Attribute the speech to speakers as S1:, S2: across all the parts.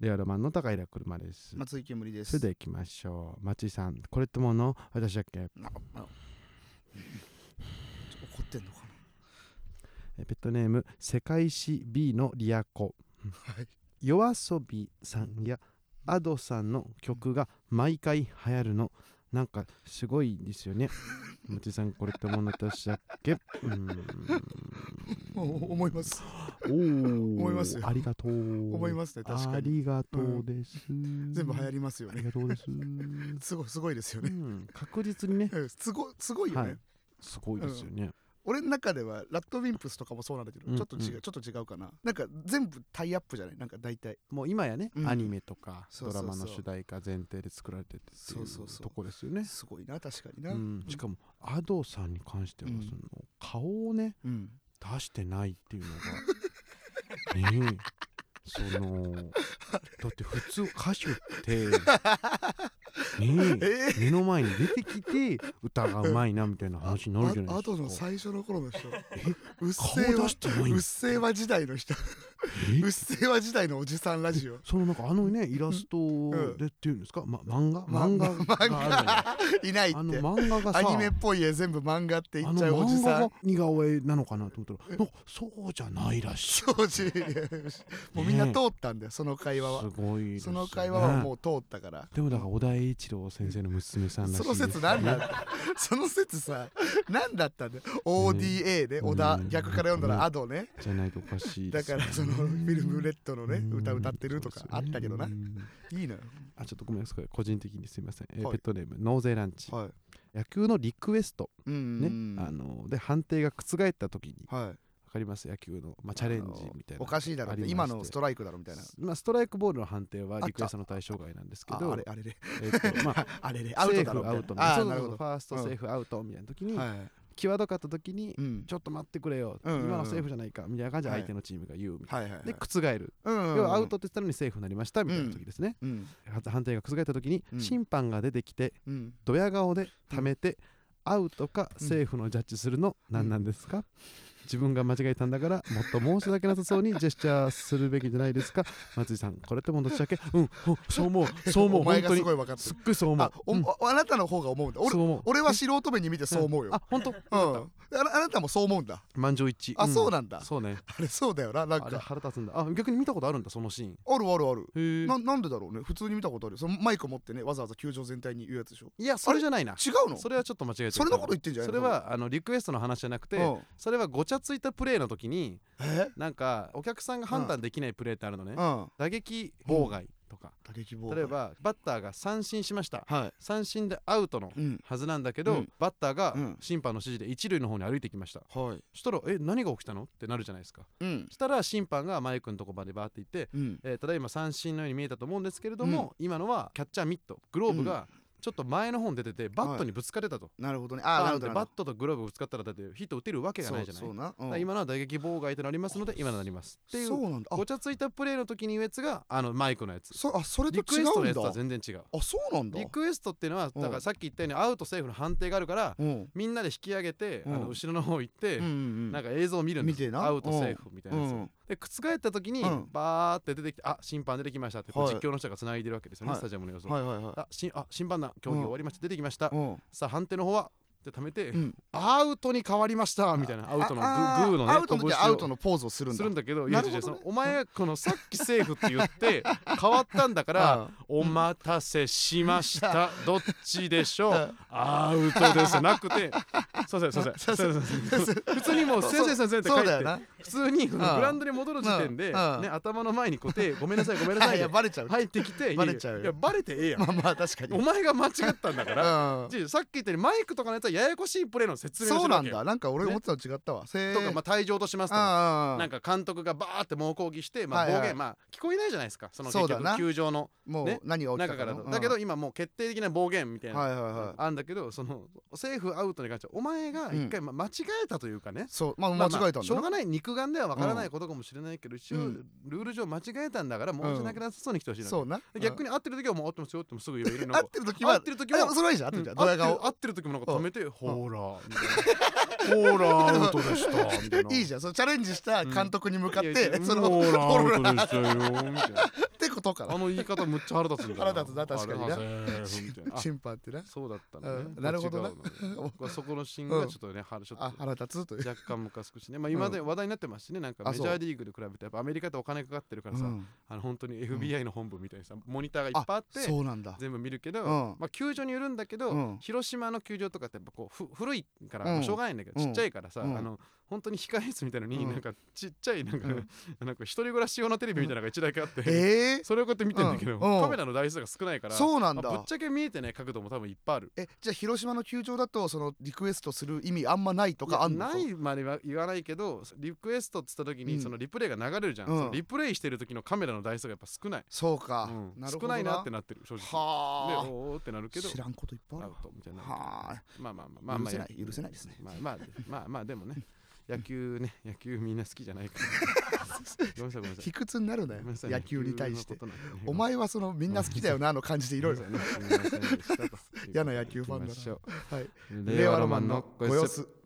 S1: レアロマンの高平車です。
S2: 松井煙です。
S1: それでは行きましょう。松井さん、これってもの私だっけ
S2: ななちょ怒ってんのかな
S1: えペットネーム、世界史 B のリアコ。
S2: はい。
S1: 夜遊びさんやアドさんの曲が毎回流行るの。なんかすごいです よね。松井さん、これってもの私だっけうーん。
S2: 思います。
S1: おー
S2: 思いますよ
S1: ありがとう。
S2: 思いますね、確か
S1: あ
S2: に。
S1: りがとうです。
S2: 全部流行りますよ
S1: あり
S2: ね。
S1: がとう です。
S2: すごい、すごいですよ
S1: う
S2: ね。
S1: ん、確実にね、
S2: うん すごすごいよね、
S1: はいすごいですよね。
S2: 俺の中ではラッドウィンプスとかもそうなんだけど、
S1: うん
S2: ちょっと違うちょっと違うかななんか全部タイアップじゃないなんか大体
S1: もう今やね、
S2: うん
S1: アニメとか
S2: そう
S1: ド
S2: そうそ
S1: ラ
S2: う
S1: マの主題歌前提で作られてるってい
S2: そうそう
S1: う
S2: そう
S1: とこですよね。
S2: すごいな確か
S1: う
S2: になうん、
S1: ん、しかもアドさんに関しては
S2: うん
S1: その顔をね出してないっていうの がねえそのだって普通歌手 ってね
S2: え
S1: え目の前に出てきて歌がうまいなみたいな話になるじゃない
S2: あとの
S1: ですか。
S2: 最初の頃の人
S1: え
S2: うっせぇ
S1: 顔出
S2: わ
S1: してないんだ
S2: うっせぇわ時代の人
S1: え
S2: うっせぇわ時代のおじさんラジオ
S1: そのなんかあのねイラスト
S2: ん
S1: でっていうんですか、ま、漫画
S2: ま
S1: 漫画があるじゃない
S2: いないっ
S1: あの
S2: て
S1: 漫画がさ
S2: アニメっぽい絵全部漫画って言っちゃうおじ
S1: あの
S2: さ
S1: 漫画
S2: ん
S1: が似顔絵なのかなと思ったらなんかそうじゃないらしい
S2: 正直 もうみんな通ったんだよその会話
S1: す
S2: は
S1: ごいです
S2: そ
S1: ね
S2: の会話はもう通ったから
S1: でもだから小田栄一郎先生の娘さんらしい
S2: そ
S1: です
S2: の説何なんだその説さ何だったんだよ ODA ね小田
S1: うん
S2: 逆から読んだ
S1: うん
S2: らアドね
S1: じゃないとおかしいで
S2: だ
S1: す
S2: か
S1: よね
S2: らそのフィルムレッドのね
S1: うん
S2: 歌歌ってるとかあったけどな
S1: そうですよね
S2: いいのよ
S1: あちょっとごめんなさい個人的にすいません、えー
S2: はい
S1: ペットネーム納税ランチ
S2: はい
S1: 野球のリクエスト
S2: うん
S1: ね、
S2: うん
S1: あので判定が覆った時に
S2: はい
S1: わかります野球の、まあ、チャレンジみたい
S2: お
S1: な
S2: かしいだろ
S1: あ
S2: っ
S1: りま
S2: て
S1: して
S2: 今のストライクだろみたいな
S1: まあ、ストライクボールの判定はリクエストの対象外なんですけ
S2: あ
S1: ど
S2: あれあれれ
S1: えっ とまあ
S2: あれれアウトだろ
S1: セーフアウト
S2: みたい
S1: みたいなそ
S2: なああ
S1: うそうそ
S2: なる
S1: う
S2: ほど
S1: ファースト
S2: うん
S1: セーフアウトみたいな時に、
S2: はい
S1: 際どかった時に、
S2: うん
S1: ちょっと待ってくれよ、
S2: うんうんうん
S1: 今のセーフじゃないかみたいな感じで
S2: はい
S1: 相手のチームが言うみたい
S2: はいはいはい
S1: な、で覆る、
S2: うん
S1: 要はアウトって言ったのにセーフになりましたみたいな時ですね、
S2: うん
S1: は判定が覆った時に、
S2: うん
S1: 審判が出てきて
S2: うん
S1: ドヤ顔で溜めて、アウトかセーフのジャッジするの何なんですか、自分が間違えたんだからもっと申し訳なさそうにジェスチャーするべきじゃないですか松井さんこれってもうどっち だっけうんうんそう思うそう思う
S2: お前
S1: 本
S2: が
S1: 当
S2: す
S1: に
S2: ごい分かって
S1: すっ
S2: る
S1: ごいそう思
S2: あ
S1: う
S2: お
S1: うん
S2: ああなたの方が思うんだ俺
S1: そう思う
S2: 俺は素人目に見てそう思うよ
S1: あ本当
S2: うんああなたもそう思うんだ
S1: 満場一致
S2: あそう
S1: だ
S2: なんだ
S1: そうね
S2: あれそうだよななん
S1: あれ
S2: か
S1: 腹立つんだあ逆に見たことあるんだそのシーン
S2: あるあるある
S1: へえ
S2: ななんでだろうね普通に見たことあるよそのマイク持ってねわざわざ球場全体に言うやつでしょ
S1: いやそれじゃないな
S2: 違うの
S1: それはちょっと間違えてる
S2: それのこと言ってんじゃない
S1: そ
S2: の
S1: れはあのリクエストの話じゃなく
S2: う
S1: て
S2: ん
S1: それはごちゃついたプレーの時に
S2: え
S1: なんかお客さんが判断できないプレーってあるのね
S2: うん打
S1: 打撃妨害とか
S2: 撃妨害
S1: 例えばバッターが三振しました
S2: は
S1: 三振でアウトの
S2: いうん
S1: はずなんだけ
S2: う
S1: ど
S2: ん
S1: バッターが
S2: うん
S1: 審判の指示で一塁の方に歩いてきました
S2: はい
S1: そしたら「え何が起きたの?」ってなるじゃないですか
S2: うん
S1: そしたら審判がマイクのとこまでバーって行って
S2: うん
S1: えーただいま三振のように見えたと思うんですけれども、今のはキャッチャーミットグローブがちょっと前の方に出ててバットにぶつかれたと、
S2: なるほどねあー
S1: バ
S2: な
S1: ーンっ
S2: るほ
S1: て
S2: ど
S1: バットとグローブぶつかったらだってヒット打てるわけがないじゃない
S2: そうそうな
S1: だ
S2: う
S1: から
S2: ん
S1: 今のは打撃妨害となりますので今のなりますってい
S2: そううなんだあ
S1: ごちゃついたプレーの時に言うやつがあのマイクのやつ
S2: そあそれと
S1: リク
S2: 違
S1: エストの
S2: うん
S1: やつと
S2: だ
S1: は全然違う
S2: あそうなんだ
S1: リクエストっていうのは
S2: うん
S1: だからさっき言ったようにアウトセーフの判定があるから
S2: うん
S1: みんなで引き上げてあ
S2: うん
S1: の後ろの方行って
S2: うんうん
S1: なんか映像を見るんです
S2: 見てな
S1: アウトセーフみたいうなやつ
S2: ん
S1: で覆った時に
S2: うん
S1: バーって出てきて、あ審判出てきましたってこう
S2: はい
S1: 実況の人がつないでるわけですよね、
S2: はい
S1: スタジアムの様子を、
S2: はいはいはい
S1: あしあ審判団競技終わりました、出てきました、
S2: うん
S1: さあ判定の方はって貯めて、
S2: うん
S1: アウトに変わりましたみたいなアウトのグ
S2: ああ
S1: ーグーのね
S2: アウトの時
S1: 拳を
S2: はアウトのポーズをするんだ
S1: するんだけどい
S2: な
S1: や
S2: る
S1: いや
S2: ほどね
S1: いやそのお前はこのさっきセーフって言って 変わったんだから
S2: ああ
S1: お待たせしましたどっちでしょうアウトですなくてすいませんすいませんす いません普通にもう先生先生って書
S2: そ
S1: いう
S2: だよ
S1: て
S2: な
S1: 普通にこ
S2: う
S1: の
S2: ん
S1: グラウンドに戻る時点で、
S2: うんうん
S1: ね、頭の前にこう手ごめんなさいごめんな
S2: は
S1: さ
S2: い
S1: い
S2: いや
S1: で
S2: バレちゃう
S1: 入ってきていやいや
S2: バレちゃうよ
S1: いやバレてええやん、
S2: まあまあ確かに
S1: お前が間違ったんだから
S2: うん
S1: じゃあさっき言ったようにマイクとかのやつはややこしいプレーの説明をす
S2: そう
S1: る
S2: な
S1: わ
S2: ん
S1: けよ
S2: だなんか俺思ってたの違ったわせー
S1: とか、まあ、退場としますとか
S2: あ
S1: なん
S2: か
S1: か監督がバーって猛抗議して、まあ、
S2: はい
S1: 暴
S2: はい
S1: 言、まあ聞こえないじゃないですかその
S2: そ
S1: 結
S2: うだな
S1: 局球場の
S2: もう
S1: ね
S2: 何が起き
S1: 中
S2: た
S1: から
S2: の
S1: のだけ
S2: う
S1: ど
S2: ん
S1: 今もう決定的な暴言みたいな、
S2: はいはいはい
S1: あんだけどそのセーフアウトに関してはお前が一回、まあ間違えたというかね
S2: そうまあ
S1: ま
S2: 間
S1: あ
S2: 違え
S1: ま
S2: た
S1: あ
S2: ん
S1: しょ
S2: だ
S1: うが
S2: な
S1: ない肉眼ではわからないことかもしれないけど、一応
S2: うん
S1: ルール上間違えたんだから申し訳なさそうに来てほしいな、
S2: そうな
S1: で逆
S2: に
S1: に合ってる時はもう合ってますよってもすぐ言えるの
S2: 合ってる時
S1: 合
S2: は
S1: ってる時
S2: あ
S1: も
S2: でもそれはいいじゃん合ってるじゃんドヤ
S1: うん合ってる合
S2: 顔
S1: ってる時もなんか止めて、ほーらみたいな
S3: ほ らアウトでしたみたいない
S2: いじゃんそのチャレンジした監督に向かっ
S3: いやい
S2: て、
S3: や
S2: その
S3: ほらア
S2: ほら
S3: ウトでしたよみたいな
S2: ってことか
S3: あ
S2: な
S3: の言い方むっちゃ腹立つみたいな
S2: 腹立つな確かにな
S3: あれあれセーフみたいなあ
S2: 審判ってな
S1: そうだったのね
S2: うんなるほどな
S1: こっち側なのねこうそこのシーンがちょっとね、はるちょっ
S2: あ
S1: と
S2: 腹立つという、
S1: 若干ムカつくしね、まあ、今まで話題になってますしねなんか
S2: あ
S1: メ
S2: そ
S1: ジ
S2: う
S1: ャーリーグで比べてやっぱアメリカってお金かかってるからさ、
S2: うん
S1: あの本当に FBI の本部みたいにさモニターがいっぱいあって
S2: そうなんだ
S1: 全部見るけど、
S2: うん
S1: まあ、球場によるんだけど、
S2: うん
S1: 広島の球場とかってやっぱこうふ古いから、
S2: うん
S1: まあしょうがないんだけど、
S2: うん
S1: ちっちゃいからさ、
S2: うん
S1: あの本当に控え室みたいのに、
S2: うん
S1: なんかちっちゃいなんか、
S2: う
S1: なんか一人暮らし用のテレビみたいなのが一台だけあって、
S2: え ー、
S1: それをこうやって見てんだけど、
S2: うん
S1: カメラの台数が少ないから
S2: そうなん
S1: まあぶっ
S2: だ
S1: ちゃけ見えてない角度も多分いっぱいある。
S2: えじゃあ広島の球場だとそのリクエストする意味あんまないとかあん
S1: い
S2: の
S1: やないまでは言わないけどリクエストっつった時に
S2: うん
S1: そのリプレイが流れるじゃん、
S2: うん
S1: そのリプレイしてる時のカメラの台数がやっぱ少ない、
S2: そうか、
S1: うん
S2: なる
S1: 少
S2: ほど
S1: ないなってなってる正直で
S2: は
S1: おーってなる
S2: あ
S1: けど
S2: 知らんこといっぱいあ
S1: ア
S2: る
S1: ウトみたいな
S2: は
S1: まあまあまあまあまあ
S2: 許せない許せないですね
S1: まあまあまあまあで もね野球ね野球みんな好きじゃないからごめ んなさいごめんなさい
S2: 卑屈になるなよ
S1: ごめんなさい
S2: 野球に対して
S1: 野球のことなんでね
S2: お前はそのみんな好きだよなあの感じでいろいろ
S1: ごめんなさいねすみませんでしたと
S2: 嫌な野球ファンだな
S1: 行きましょ
S2: はい、
S1: う令和ロマンのご様子
S2: 子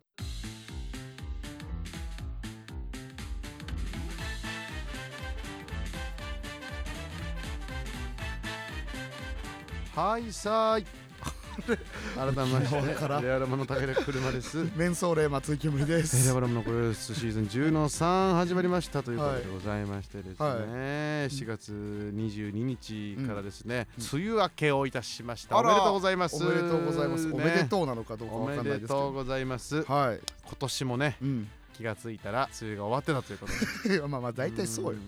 S1: はいさーい改めまして、
S2: わから
S1: ね、
S2: ん
S1: 令和ロマンの武田車です
S2: 面相霊松井煙で
S1: レ
S2: す
S1: バラムのプロレスシーズン10の3始まりましたということでございましてですね、
S2: はい
S1: 4月22日からですね、
S2: う
S1: 梅雨明けをいたしましたお
S2: あら
S1: めでとうございます
S2: おめでとうございます、
S1: ね
S2: おめでとうなのかどうか
S1: お
S2: わ
S1: め
S2: かんない
S1: で
S2: ですけ
S1: とう
S2: ど
S1: ございます
S2: はい、
S1: 今年もね
S2: うん、
S1: 気がついたら梅雨が終わってたということで
S2: まあまあ 大体そうよ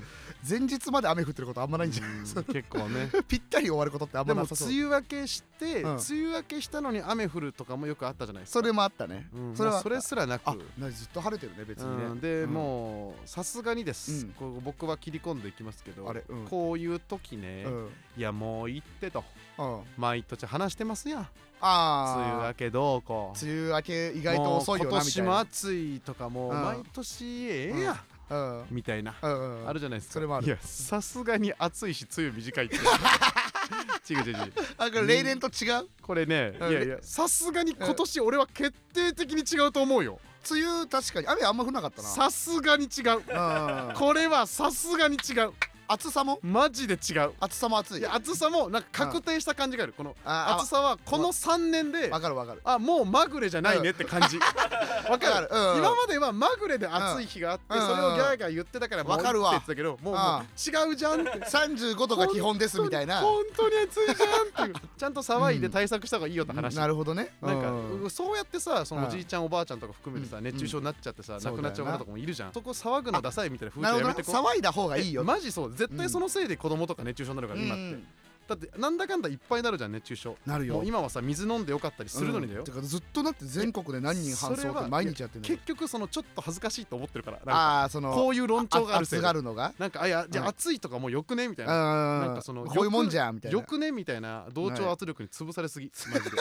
S2: 前日まで雨降ってることあんまないんじゃない
S1: うん
S2: その
S1: 結構 ね
S2: ぴったり終わることってあん
S1: で
S2: ま
S1: も
S2: な
S1: 梅
S2: さそう
S1: 雨明けして、
S2: うん
S1: 梅雨明けしたのに雨降るとかもよくあったじゃないですか
S2: それもあったね、
S1: うん
S2: それ
S1: も
S2: は
S1: うそれすらなく
S2: あなずっと晴れてるね別にね、
S1: うん、で、
S2: うん
S1: もうさすがにです、
S2: うん
S1: こう僕は切り込んでいきますけど
S2: あれうん
S1: こういう時ね、
S2: うん、うん、
S1: いやもう行ってと
S2: あ
S1: 毎年話してますやん梅雨明
S2: あ
S1: けどうこう
S2: 梅雨明け意外と遅いよ
S1: もう
S2: な
S1: 今
S2: みた
S1: 年
S2: い
S1: も
S2: な
S1: 暑いとかもう
S2: うん
S1: 毎年ええや、
S2: うん
S1: ん、みたいな、
S2: うんうん
S1: あるじゃないですか
S2: それもある
S1: いやさすがに暑いし梅雨短いって 違う違う違う
S2: あこれ例年と違う、
S1: これねい
S2: うん
S1: やいやさすがに今年俺は決定的に違うと思うよ
S2: 梅雨確かに雨あんま降んなかったな
S1: さすがに違う
S2: うん
S1: これはさすがに違う
S2: 暑さも
S1: マジで違う
S2: 暑さも暑い
S1: いや暑さもなんか確定した感じがあるこの
S2: あ
S1: 暑さはこの3年で
S2: あわかるわかる
S1: あもうまぐれじゃないねって感じわかる
S2: わかるうん
S1: 今まではまぐれで暑い日があって
S2: うん
S1: それをギャーギャー言ってたからもう
S2: わかるわ
S1: いいって言ってたけどもうも
S2: あ
S1: う違うじゃんって
S2: 35度が基本ですみたいな
S1: 本当に暑いじゃんっていう ちゃんと騒いで対策した方がいいよって話
S2: なるほどね
S1: なんか
S2: うん
S1: うそうやってさその
S2: うん
S1: おじいちゃんおばあちゃんとか含めてさ
S2: うん
S1: 熱中症になっちゃってさ
S2: ん
S1: 亡くなっちゃう方とかもいるじゃんそこ騒ぐのダサいみたいな風
S2: な
S1: 潮
S2: る
S1: や
S2: ほ
S1: め
S2: ど
S1: てこう
S2: 騒いだ方がいいよ
S1: えマジそう絶対そのせいで子供とか熱中症になるから今
S2: う
S1: って
S2: ん
S1: だってなんだかんだいっぱいになるじゃん熱中症
S2: なる
S1: も
S2: よ
S1: う今はさ水飲んでよかったりするのにだよ
S2: うんてかずっとだって全国で何人搬
S1: それ
S2: 送っ
S1: は
S2: て毎日やってんだよ
S1: 結局そのちょっと恥ずかしいと思ってるからなんか
S2: ああその
S1: こういう論調があるせいで
S2: 暑がるのが
S1: なんかあいやじゃ
S2: う
S1: あ
S2: ん
S1: 暑いとかもうよくねみたいな
S2: なん
S1: かその
S2: こういうもんじゃんみたい
S1: よ
S2: な
S1: くねみたいな同調圧力に潰され すぎマジで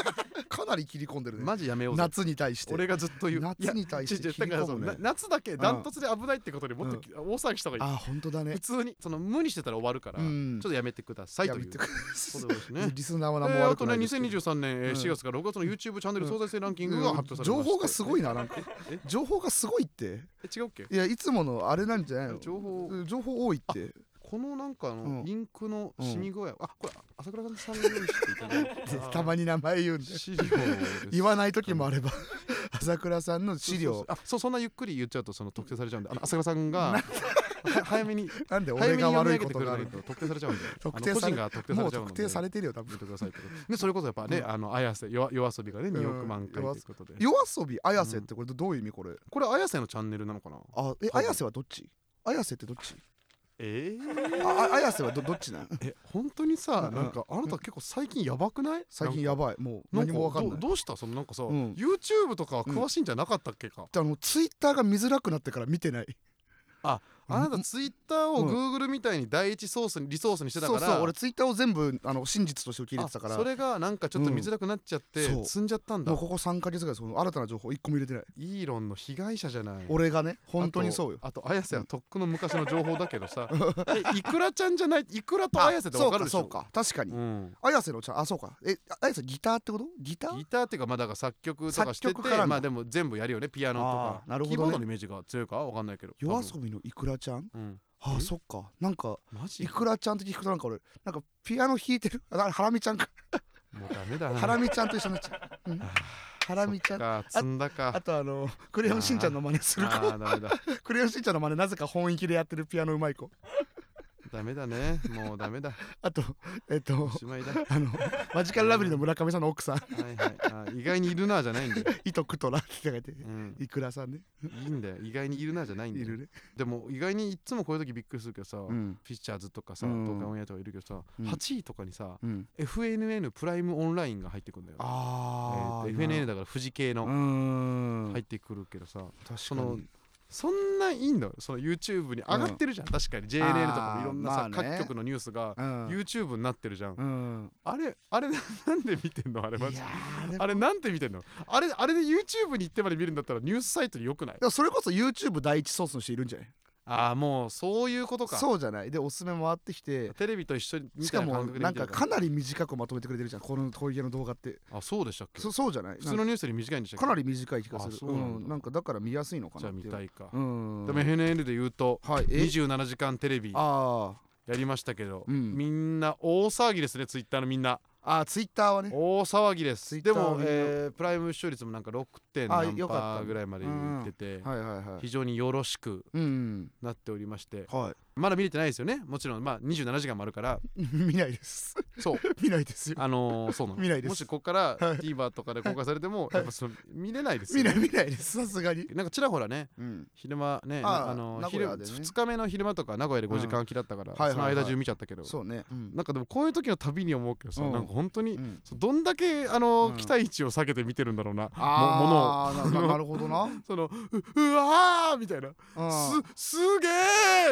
S2: かなり切り込んでるね
S1: マジやめようぜ
S2: 夏に対して
S1: 俺がずっと言うい
S2: 夏
S1: や
S2: に対して
S1: ちょちょ
S2: 切り
S1: だからそ
S2: 込
S1: の
S2: む
S1: な
S2: ね
S1: 夏だけダントツで危ないってことにもっとき大騒ぎした方がいい
S2: あー本当だね
S1: 普通にその無にしてたら終わるからち
S2: う
S1: ょ
S2: ん
S1: っとやめてください
S2: や
S1: と
S2: め
S1: いう
S2: てくだ
S1: そう
S2: さい
S1: でございますね
S2: リスナーは
S1: え
S2: 何も
S1: ーあ
S2: 悪
S1: と
S2: く
S1: ね
S2: ないですけど
S1: 2023年えー
S2: うん
S1: 4月から6月の YouTube チャンネル総再生ランキングが発表されました
S2: 情報がすごいななんか
S1: え
S2: 情報がすごいって
S1: え違うっけ
S2: いやいつものあれなんじゃないの
S1: 情報
S2: うん情報多いって
S1: このなんかあの
S2: うん
S1: インクの死に具合、あこれ朝倉さんに用意していただいた
S2: たまに名 前言うんだよ
S1: 資料です
S2: 言わない時もあれば朝倉さんの
S1: そ
S2: 資
S1: うそう
S2: 料
S1: そうあそうそんなゆっくり言っちゃうとその特定されちゃうんであの朝倉さんがは早めに
S2: なんで
S1: 早め
S2: 俺
S1: に
S2: が
S1: 読み
S2: 悪
S1: 上げ
S2: いこ
S1: て
S2: と
S1: くれ
S2: が
S1: な
S2: あ
S1: い
S2: る
S1: と特定されちゃうんで
S2: 特定さ
S1: あの個人
S2: れ
S1: が特定さ
S2: も
S1: れ
S2: う
S1: ちゃうので
S2: 特定されてるよ多
S1: 見
S2: 分
S1: てくださいってことでそれこそやっぱね、あの綾瀬よ夜遊びがね
S2: ん
S1: 2億万回ということで、
S2: 夜遊び綾瀬ってこれどういう意味これ
S1: これ綾瀬のチャンネルなのかな
S2: あえ
S1: 多分
S2: 綾瀬はどっち綾瀬ってどっち
S1: え
S2: あ
S1: ー、
S2: あ綾瀬はどどっちなん
S1: え本当にさ
S2: うん
S1: なんかあなた結構最近やばくない
S2: 最近やばいもう
S1: なん
S2: 何もわかんない
S1: どどうしたそのなんかさ、
S2: うん
S1: YouTube とかは詳しいんじゃなかったっけか、
S2: あのツイッターが見づらくなってから見てない
S1: ああなたツイッターをグーグルみたいに第一ソースにリソースにしてたか
S2: そう
S1: ら
S2: そう俺ツイッターを全部あの真実として受け入れてたから
S1: あそれがなんかちょっと見づらくなっちゃって、
S2: うんそう
S1: 積んじゃったんだ
S2: もうここ3か月ぐらいその新たな情報一個も入れてない
S1: イーロンの被害者じゃない
S2: 俺がね本当にそうよ
S1: あとあと綾瀬はとっくの昔の情報だけど さえいくらちゃんじゃないいくらと綾瀬ってわかるでしょ
S2: そうかそうか確かに、
S1: うん、
S2: 綾瀬のちゃんあそうかえあ綾瀬ギターってことギター
S1: ギターっていうかまあだから作曲とかして
S2: 作曲から
S1: て
S2: の
S1: まあでも全部やるよねピアノとか
S2: あーなるほどね
S1: キーボードのイメージが強いかわかんないけど
S2: 夜
S1: 多
S2: 遊びのいくらちゃ
S1: 分
S2: ん
S1: うん
S2: あ
S1: え
S2: そっかなんか
S1: マジ
S2: いくらちゃんって聞くとなんか俺なんかピアノ弾いてるあハラミちゃんか
S1: もうダメだな
S2: ハラミちゃんと一緒になっちゃう、うん、ハラミちゃん
S1: か積んだか
S2: あとあのクレヨンしんちゃんの真似する
S1: あ
S2: 子
S1: ーダメだ
S2: クレヨンしんちゃんの真似なぜか本域でやってるピアノうまい子
S1: ダメだねもうダメだ
S2: あとえっと
S1: おしまいだは
S2: あのマジカルラブリーの村上さんの奥さん
S1: いはいあー意外にいるなじゃないんだよ、
S2: 糸くとらって書いて
S1: うん、
S2: いくらさんね
S1: いいんだよ意外にいるなじゃないんだ
S2: い
S1: よ
S2: るね
S1: でも意外にいっつもこういう時びっくりするけどさ、フ
S2: ん
S1: ィッチャーズとかさ、
S2: うん
S1: 東海オンエアとかいるけどさ、
S2: うん
S1: 8位とかにさ
S2: うん、
S1: FNN プライムオンラインが入ってくるんだよ、
S2: ああ、
S1: えーと FNN だから富士系
S2: う
S1: の
S2: ん
S1: 入ってくるけどさ、
S2: 確かに
S1: そのそんないいんだよその YouTube に上がってるじゃん、確かに JNN とかもいろんなさ、
S2: あーまあね
S1: 各局のニュースが
S2: うん
S1: YouTube になってるじゃん、
S2: うん
S1: あれあれ なんで見てんのあれマ
S2: い
S1: ジ
S2: やーでも
S1: あれなんで見てんのあれあれで YouTube に行ってまで見るんだったらニュースサイトによくない
S2: でもそれこそ YouTube 第一ソースの人いるんじゃない
S1: ああもうそういうことか
S2: そうじゃないでおすすめ回ってきて
S1: テレビと一緒にみ
S2: した
S1: い
S2: か
S1: な
S2: も
S1: 感覚で
S2: な
S1: 見
S2: ん
S1: てる
S2: かかなり短くまとめてくれてるじゃんこの小池の動画って
S1: あそうでしたっけ
S2: そそうじゃない
S1: 普通のニュースより短いんでしたっけ
S2: かなり短い気がする
S1: あそうなんだ
S2: ん、なんかだから見やすいのか
S1: じ
S2: な
S1: ゃあ
S2: って
S1: 見
S2: いう
S1: たいか、
S2: うん
S1: でも FNN で言うと
S2: はいえ
S1: 27時間テレビや
S2: あー
S1: りましたけど、
S2: うん
S1: みんな大騒ぎですねツイッターのみんな
S2: あーツイッターはね
S1: 大騒ぎで
S2: ツイ
S1: す
S2: ッタ
S1: で
S2: ーは
S1: も
S2: みん、な
S1: えープライム視聴率もなんか 6. 点
S2: あ
S1: 何
S2: よかっ
S1: パ
S2: た
S1: ーぐらいまでいってて、
S2: はいはいはい
S1: 非常によろしく
S2: うん
S1: なっておりまして
S2: はい
S1: まだ見れてないですよねもちろんまあ27時間もあるから
S2: 見ないです
S1: そう
S2: 見ないですよ
S1: あのーそうなの
S2: 見ないです
S1: もしここから
S2: はい
S1: TVer とかで公開されても、やっぱその見れないです
S2: 見
S1: よ、
S2: ない
S1: ね、
S2: 見ないですさすがに
S1: なんかちらほらね
S2: うん
S1: 昼間ね
S2: あ
S1: あ
S2: あ
S1: の
S2: 名古
S1: 昼
S2: 屋でね
S1: 2日目の昼間とか名古屋で5時間空きだったから、
S2: はいはい
S1: その
S2: はい
S1: 間中見ちゃったけど、
S2: そうねうん
S1: なんかでもこういう時のたびに思うけどさ、
S2: うん
S1: なんか本当に、
S2: うん
S1: そうどんだけあの、
S2: うん
S1: 期待値を下げて見てるんだろうなもものを
S2: あーなななるほ どな
S1: そのううわーみたいな
S2: うん
S1: すすげ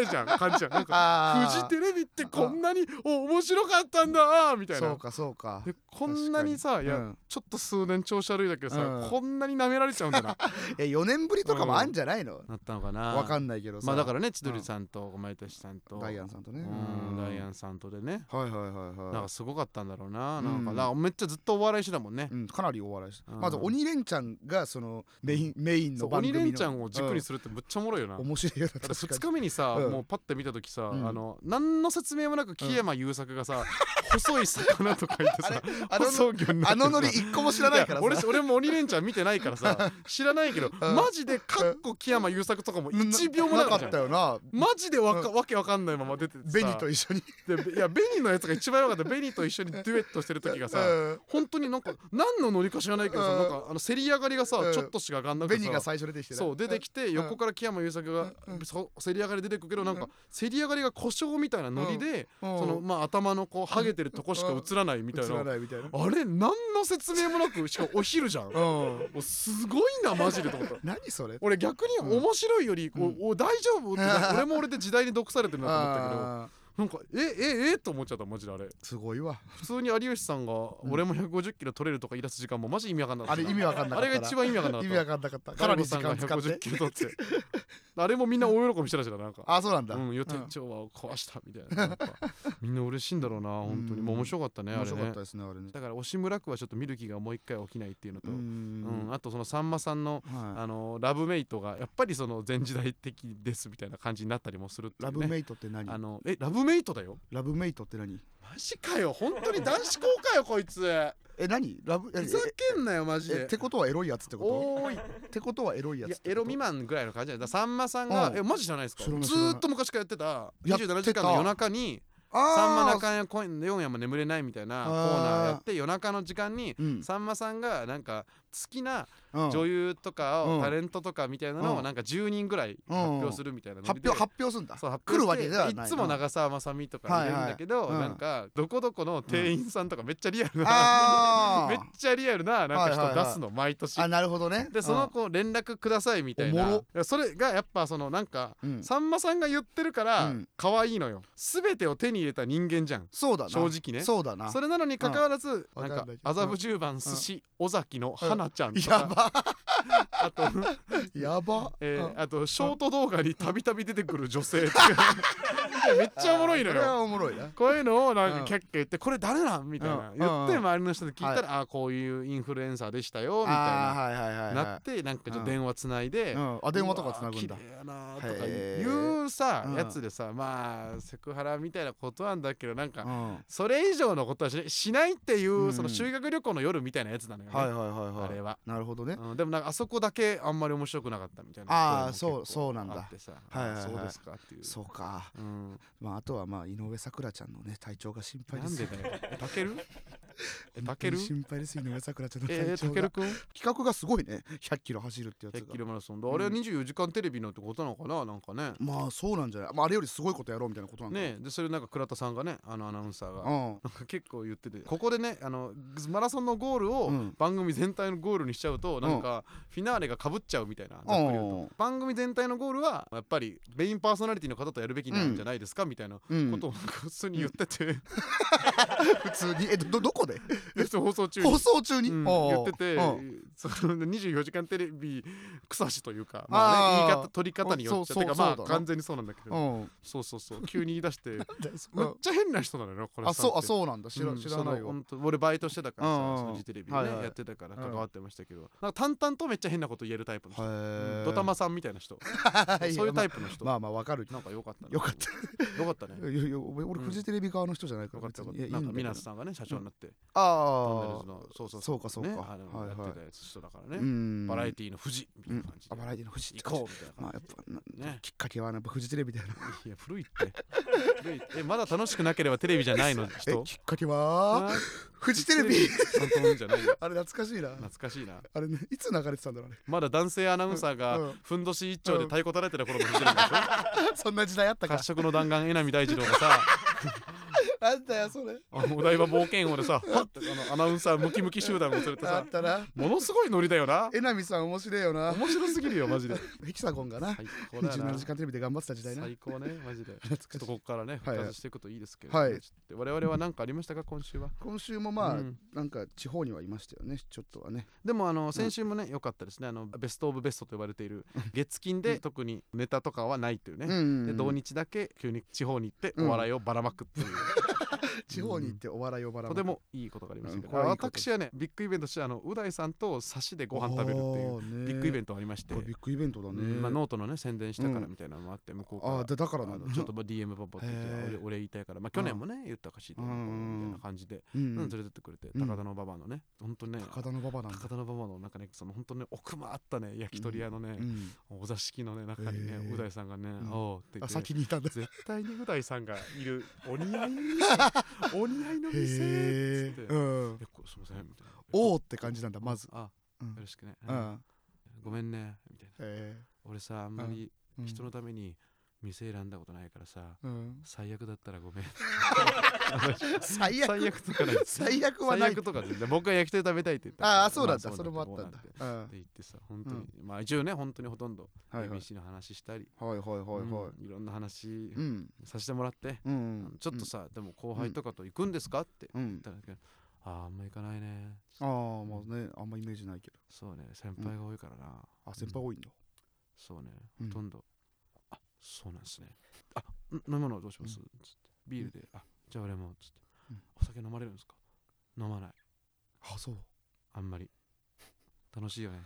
S1: ーじゃん感じじゃんなん か
S2: あ
S1: フジ
S2: ー
S1: テレビってこんなにお面白かったんだーみたい
S2: そ
S1: な
S2: うかそうか
S1: でこんなにさ
S2: 確かに
S1: いや、
S2: うん
S1: ちょっと数年調子悪いだけどさ、
S2: うん
S1: こんなに舐められちゃうんだな
S2: え4年ぶりとかもあんじゃないの
S1: なったのかな
S2: わかんないけどさ
S1: まあだからね千
S2: う
S1: 鳥
S2: ん
S1: さんとお前たちさんと
S2: ダイアンさんとね
S1: うんダイア
S2: ン
S1: ンさんとでね
S2: はいはいはいはい
S1: なんかすごかったんだろうななんか
S2: うん
S1: なんかめっちゃずっとお笑いしてたもんね
S2: うん、かなりお笑いした
S1: うん
S2: まず鬼レンちゃんがそのメインメインの
S1: そう
S2: 番
S1: 鬼
S2: 組の
S1: レンチャンを軸に
S2: す
S1: するってむっちゃおもろいよな
S2: 面白いよな
S1: だって
S2: 確か
S1: 2
S2: に
S1: 日目にさ
S2: うん
S1: もうパッて見た時さあ
S2: うん
S1: の何の説明もなく木山優作が さ細い魚とか言ってさ
S2: あの
S1: 細魚にな
S2: あ
S1: って
S2: の
S1: さ
S2: ノリ一個も知らないから
S1: いや俺
S2: さ
S1: 俺も鬼レンチャン見てないから さ知らないけど
S2: うん
S1: マジでかっこ木山優作とかも
S2: な
S1: 1秒もなか
S2: なか
S1: った
S2: っ
S1: じ
S2: た
S1: ゃん
S2: よな
S1: マジでわかわけわかんないまま出ててさ
S2: ベニと一緒に
S1: でべいやベニのやつが一番良かったベニと一緒にデュエットしてる時がさ
S2: うん
S1: 本当になんか何のノリか知らないけどさ
S2: うん
S1: なんかあの競り上がりがさ
S2: うん
S1: ちょっとしか上がんなく
S2: ベ
S1: て
S2: ニが
S1: さ
S2: 最初出てきてね
S1: そう出てきて
S2: ん
S1: 横から木山優作が
S2: うん
S1: そ競り上がり出てくるけどなん
S2: う
S1: か競り上がりが故障みたいなノリで
S2: うん
S1: そのまあ頭のこうハゲてるとこしか映らないみたい
S2: 映ら
S1: な
S2: ないみたいな
S1: あれ何の説明もなくしかもお昼じゃんも
S2: うん
S1: うすごいなマジでと思った
S2: 何それ
S1: 俺逆に面白いより
S2: うん
S1: おお大丈 夫って俺も俺で時代に毒されてるなと思ったけど
S2: あ
S1: なんかええええと思っちゃったマジであれ
S2: ーすごいわ
S1: 普通に有吉さんが
S2: ん
S1: 俺も150キロ取れるとか言い出す時間もマジ意味わかんなか
S2: あ
S1: った
S2: れ意味わかんなかった
S1: あれが一番意味わかんなか
S2: 意
S1: っ
S2: 味
S1: た
S2: わかんなかったか
S1: カ
S2: な
S1: ラ
S2: り
S1: リ
S2: 時
S1: さんが
S2: 間使っ
S1: 150
S2: て
S1: キロ取ってあれもみんな大喜びしてたじゃんなんか
S2: あそうなんだ
S1: うん予定
S2: うん
S1: 調和を壊したみたいな なんかみんな嬉しいんだろうな本当に
S2: うん
S1: もう面白かったねあ
S2: 面
S1: れ
S2: 白かっ
S1: ね
S2: たですねあれね
S1: だから押村区はちょっと見る気がもう一回起きないっていうのと
S2: う
S1: うん
S2: ん
S1: あとそのさんまさんの
S2: はい
S1: あのラブメイトがやっぱりその前時代的ですみたいな感じになったりもするってい
S2: ラ
S1: う
S2: ブ
S1: ね
S2: メイトって何
S1: あのえラブメイトだよ
S2: ラブメイトって何
S1: マジかよ本当に男子校かよこいつふ
S2: え何ラブえ
S1: ざけんなよマジ
S2: ええっ
S1: で
S2: てことはエロいやつってこ
S1: おーい
S2: とってことはエロいや
S1: い
S2: つ
S1: や
S2: ってこと
S1: エロ未満ぐらいの感じだよだからさんまさんが「
S2: うん
S1: えマジじゃないですか」
S2: 知
S1: ず
S2: らない知らない
S1: ーっと昔からやってた「
S2: やってた
S1: 27時間の夜中に
S2: あ
S1: 「
S2: ー
S1: さんま中や今夜も眠れない」みたいなコーナーやって夜中の時間に
S2: うん
S1: さんまさんがなんかきな
S2: うん
S1: 女優とかを、
S2: うん
S1: タレントとかみたいなの
S2: う
S1: を
S2: ん
S1: なんか10人ぐらい発表するみたいなの
S2: 発
S1: で
S2: 表発表すんだ
S1: そう発
S2: 来るわ
S1: 表
S2: け
S1: して
S2: ではない
S1: いつも長澤まさみとかいるんだけど、
S2: はいはいうん
S1: なんかどこどこの店員さんとかめっちゃリアルな、
S2: あ
S1: めっ
S2: ー
S1: ちゃリアルななん
S2: はい
S1: か
S2: はいは
S1: 人
S2: い
S1: 出すの毎年、
S2: あなるほどね
S1: でその子連絡くださいみたい
S2: おも
S1: な
S2: ろ
S1: いやそれがやっぱそのなんか
S2: うんうん
S1: さんまさんが言ってるから
S2: うん
S1: 可愛いのよ全てを手に入れた人間じゃん
S2: そうだな
S1: 正直ね
S2: そうだな
S1: それなのにかかわらず
S2: う
S1: な
S2: ん
S1: ん
S2: わか
S1: か
S2: んないけど
S1: 麻布十番寿司尾崎の花ちゃんと
S2: や
S1: か
S2: ば
S1: あと
S2: やば
S1: え
S2: うん
S1: ーあとショート動画にたびたび出てくる女性とかめっちゃおもろいの
S2: これ
S1: よ
S2: はおもろいな
S1: こういうのをなん
S2: うん
S1: かキャッキャ言ってこれ誰なんみたいな
S2: うん
S1: 言って
S2: うん
S1: 周りの人に聞いたらあーこういうインフルエンサーでしたよみたい
S2: あ
S1: な
S2: ーはいはいはい
S1: な
S2: は
S1: ってなんかちょっ
S2: うん
S1: と電話つない
S2: い
S1: で
S2: うんあ電話とかつなぐんだ
S1: うわー綺麗やなとか
S2: へー
S1: いうさ
S2: うん
S1: やつでさまあセクハラみたいなことなんだけどなん
S2: う
S1: か
S2: ん
S1: それ以上のことはしないしないっていううんその修学旅行の夜みたいなやつなのよ
S2: はいはい
S1: ね
S2: は
S1: あ
S2: いはい
S1: れは。
S2: なるほどね
S1: うん、でもなんかあそこだけあんまり面白くなかったみたいな
S2: あー
S1: 声も結構
S2: そうそうなんだ
S1: あってさ、
S2: はいはいはい
S1: そうですかっていう
S2: そうか
S1: うん、
S2: まああとはまあ井上咲楽ちゃんのね体調が心配
S1: な
S2: で
S1: ん
S2: す
S1: で
S2: よ
S1: だよえたけるえたける
S2: 心配です井上咲楽ちゃんの体
S1: えー、
S2: 調
S1: たけ
S2: が
S1: るくん
S2: 企画がすごいね100キロ走るってやつ
S1: ?100 キ
S2: が
S1: ロマラソンだあれは24時間テレビのってことなのかななんかね
S2: まあそうなんじゃないまああれよりすごいことやろうみたいなことなんだ
S1: ねえでそれなんか倉田さんがねあのアナウンサーが
S2: うん
S1: なんか結構言っててここでねあのマラソンのゴールを
S2: うん
S1: 番組全体のゴールにしちゃうと、なんかフィナーレがかぶっちゃうみたいな、ざっくり言うと
S2: うん
S1: 番組全体のゴールはやっぱりメインパーソナリティの方とやるべきなんじゃないですか、みたいな
S2: うん
S1: ことをなんか普通に言って て、
S2: 普通にえどどどこで
S1: 放送中に
S2: 放。送中に、
S1: うん
S2: あー
S1: 言ってて、
S2: うん
S1: その24時間テレビ草しというか、まあね、
S2: あー
S1: 言い方取り方によっちゃ
S2: そう
S1: てか
S2: そう
S1: まあ
S2: そうだな
S1: 完全にそうなんだけど、
S2: うん
S1: そうそうそう急に言い出して
S2: だよそ
S1: めっちゃ変な人なのよこれ
S2: あそうあ
S1: う
S2: そうなんだ知ら,、
S1: うん
S2: 知らない
S1: そのほ
S2: よ
S1: んと俺バイトしてたから
S2: うんうんうん
S1: さ、そのフジテレビでね、
S2: はいはい
S1: やってたから
S2: うん
S1: 関わってましたけど、なんか淡々とめっちゃ変なこと言えるタイプの人、
S2: へ
S1: ドタマ
S2: ス
S1: さんみたいな 人、そういうタイプの人、
S2: まあまあわかるけど
S1: なんか良かったね
S2: よかった
S1: よかったね
S2: いやいや俺俺
S1: うん
S2: フジテレビ側の人じゃないか
S1: よ
S2: ら
S1: かったよか
S2: 別
S1: っ
S2: にい
S1: た
S2: やいい
S1: なんか
S2: んだけど
S1: 皆さんがね社長になって、
S2: ああ
S1: のそうそう
S2: そうかそうか
S1: ね
S2: は
S1: あの
S2: い
S1: やってた
S2: は
S1: やつ人だから
S2: い
S1: ね、
S2: うん
S1: バラエティーの富士みたいな感じ
S2: あ
S1: で、
S2: バラエティのフジ
S1: 行こうみたいな
S2: まあ
S1: 感
S2: やっぱな
S1: じで、ね
S2: きっかけはやっぱフジテレビだよない
S1: や古いって古いってまだ楽しくなければテレビじゃないの
S2: え
S1: 人
S2: きっかけは
S1: あ
S2: フジテレビ
S1: ちゃんと見んじゃないよ
S2: あれ懐かしいな
S1: 懐かしいな
S2: あれねいつ流れてたんだろうね
S1: まだ男性アナウンサー
S2: うんう
S1: が
S2: ん
S1: ふんどし一丁で太鼓叩いてた頃のフジテレビでし
S2: そんな時代あった
S1: ょ
S2: か
S1: 褐色の弾丸江波大二郎が さ
S2: あったよそれ
S1: あのお台場冒険王でさパッてあのアナウンサームキムキ集団を連れて
S2: あ
S1: さ
S2: ったな
S1: ものすごいノリだよな
S2: えなみさん面白いよな
S1: 面白すぎるよマジで
S2: ヘキサゴンがな
S1: 最高だよな
S2: 27時間テレビで頑張ってた時代な
S1: 最高ねマジ で
S2: 懐
S1: ちょっと
S2: かしい
S1: ここからね
S2: はい
S1: 復活していくといいですけれども、
S2: はい
S1: ちょっと我々は何かありましたか今週は
S2: 今週もまあ、
S1: うん
S2: なんか地方にはいましたよねちょっとはね
S1: でもあの先週もね良かったですねあのベスト・オブ・ベストと呼ばれている月金で特にネタとかはないというね、
S2: ん
S1: で同日だけ急に地方に行ってお笑いをばらまくっていう、
S2: 地方に行ってお笑いをばら
S1: と
S2: まく
S1: てもいいことがありましたけど、
S2: うんこれはいいことです
S1: 私はねビッグイベントとしてあのう大さんと差しでご飯食べるっていう
S2: てい
S1: ビッグイベ
S2: ン
S1: ントがありまして、
S2: ビッグイベントだね、
S1: うんまあ、ノートのね宣伝したからみたいなのもあって向こうから
S2: ああだだからな
S1: あ
S2: ん
S1: の
S2: だ
S1: ちょっとまあ DM パパって言
S2: へ
S1: っ
S2: え
S1: て俺俺言いたいから、まあ、去年もね、言ったかしいと思う
S2: うんうんうん
S1: みたいな感じで、
S2: うん
S1: うん
S2: うん
S1: 連れてってくれて、
S2: うん
S1: 高田の馬場のね本当にね
S2: 高田の馬場なんだ
S1: 高田馬場のなんかねその本当にね奥まあったね焼き鳥屋のね、
S2: うん
S1: お座敷のね中にね
S2: へえ
S1: う大さんがね、
S2: ん
S1: おうって言
S2: あ
S1: って
S2: 先にいたんだ
S1: 絶対にう大さんがいるお似合い お似合いの
S2: へ
S1: 店っ
S2: え
S1: つって。
S2: うん
S1: えこすいませんみたいな
S2: おーって感じなんだまず
S1: あ、
S2: うん
S1: よろしくね、
S2: う
S1: うん
S2: ん
S1: ごめんねみたいな
S2: へ
S1: 俺さあんまり
S2: え
S1: 人のために店選んだことないからさ、
S2: うん
S1: 最悪だったらごめん
S2: 最悪
S1: 最悪とかない
S2: 最悪はない
S1: 最悪とかで僕は焼き鳥食べたいって言ったから
S2: ああそうだった
S1: ま
S2: それもあったんだ
S1: こうなんて
S2: うん
S1: って言ってさ本当に、まあ一応ね本当にほとんど
S2: はいはい
S1: ABC の話したり、
S2: はいはいはいはい
S1: うんいろんな話
S2: うん
S1: させてもらって、
S2: うん
S1: ちょっとさ、でも後輩とかと行くんですかって
S2: う
S1: 言っ
S2: ん
S1: たら、あああんま行かないね
S2: ああまあねあんまイメージないけど
S1: そうね先輩が多いからな、
S2: あ先輩多いんだ
S1: そうね、
S2: うん
S1: ほとんど。あそうなんですね。あん飲み物どうします、つってビールで、あじゃあ俺もつって、
S2: うん
S1: お酒飲まれるんですか飲まない、
S2: あそう
S1: あんまり。楽しいよね。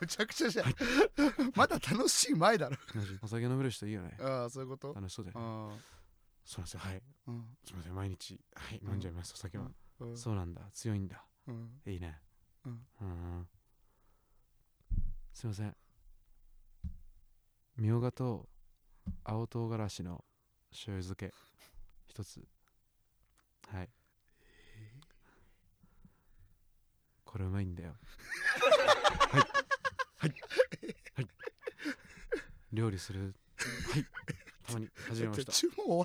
S2: むちゃくちゃじゃん まだ楽しい前だろ
S1: 楽 しいお酒飲める人いいよね。
S2: ああそういうこと
S1: 楽しそうだよね。
S2: あ
S1: そうなんですよ、はい。
S2: あうん
S1: すみません、毎日、はい、飲んじゃいます、お酒は、
S2: うん
S1: そうなんだ、強いんだ。
S2: うん
S1: いいね。
S2: うん
S1: うーんすいません。みょうがと青唐辛子の醤油漬け一つ。はい。これうまいんだよはいはいはい料理するはいたまに始めま
S2: ちょ
S1: し
S2: ち
S1: た
S2: ょ注文終わ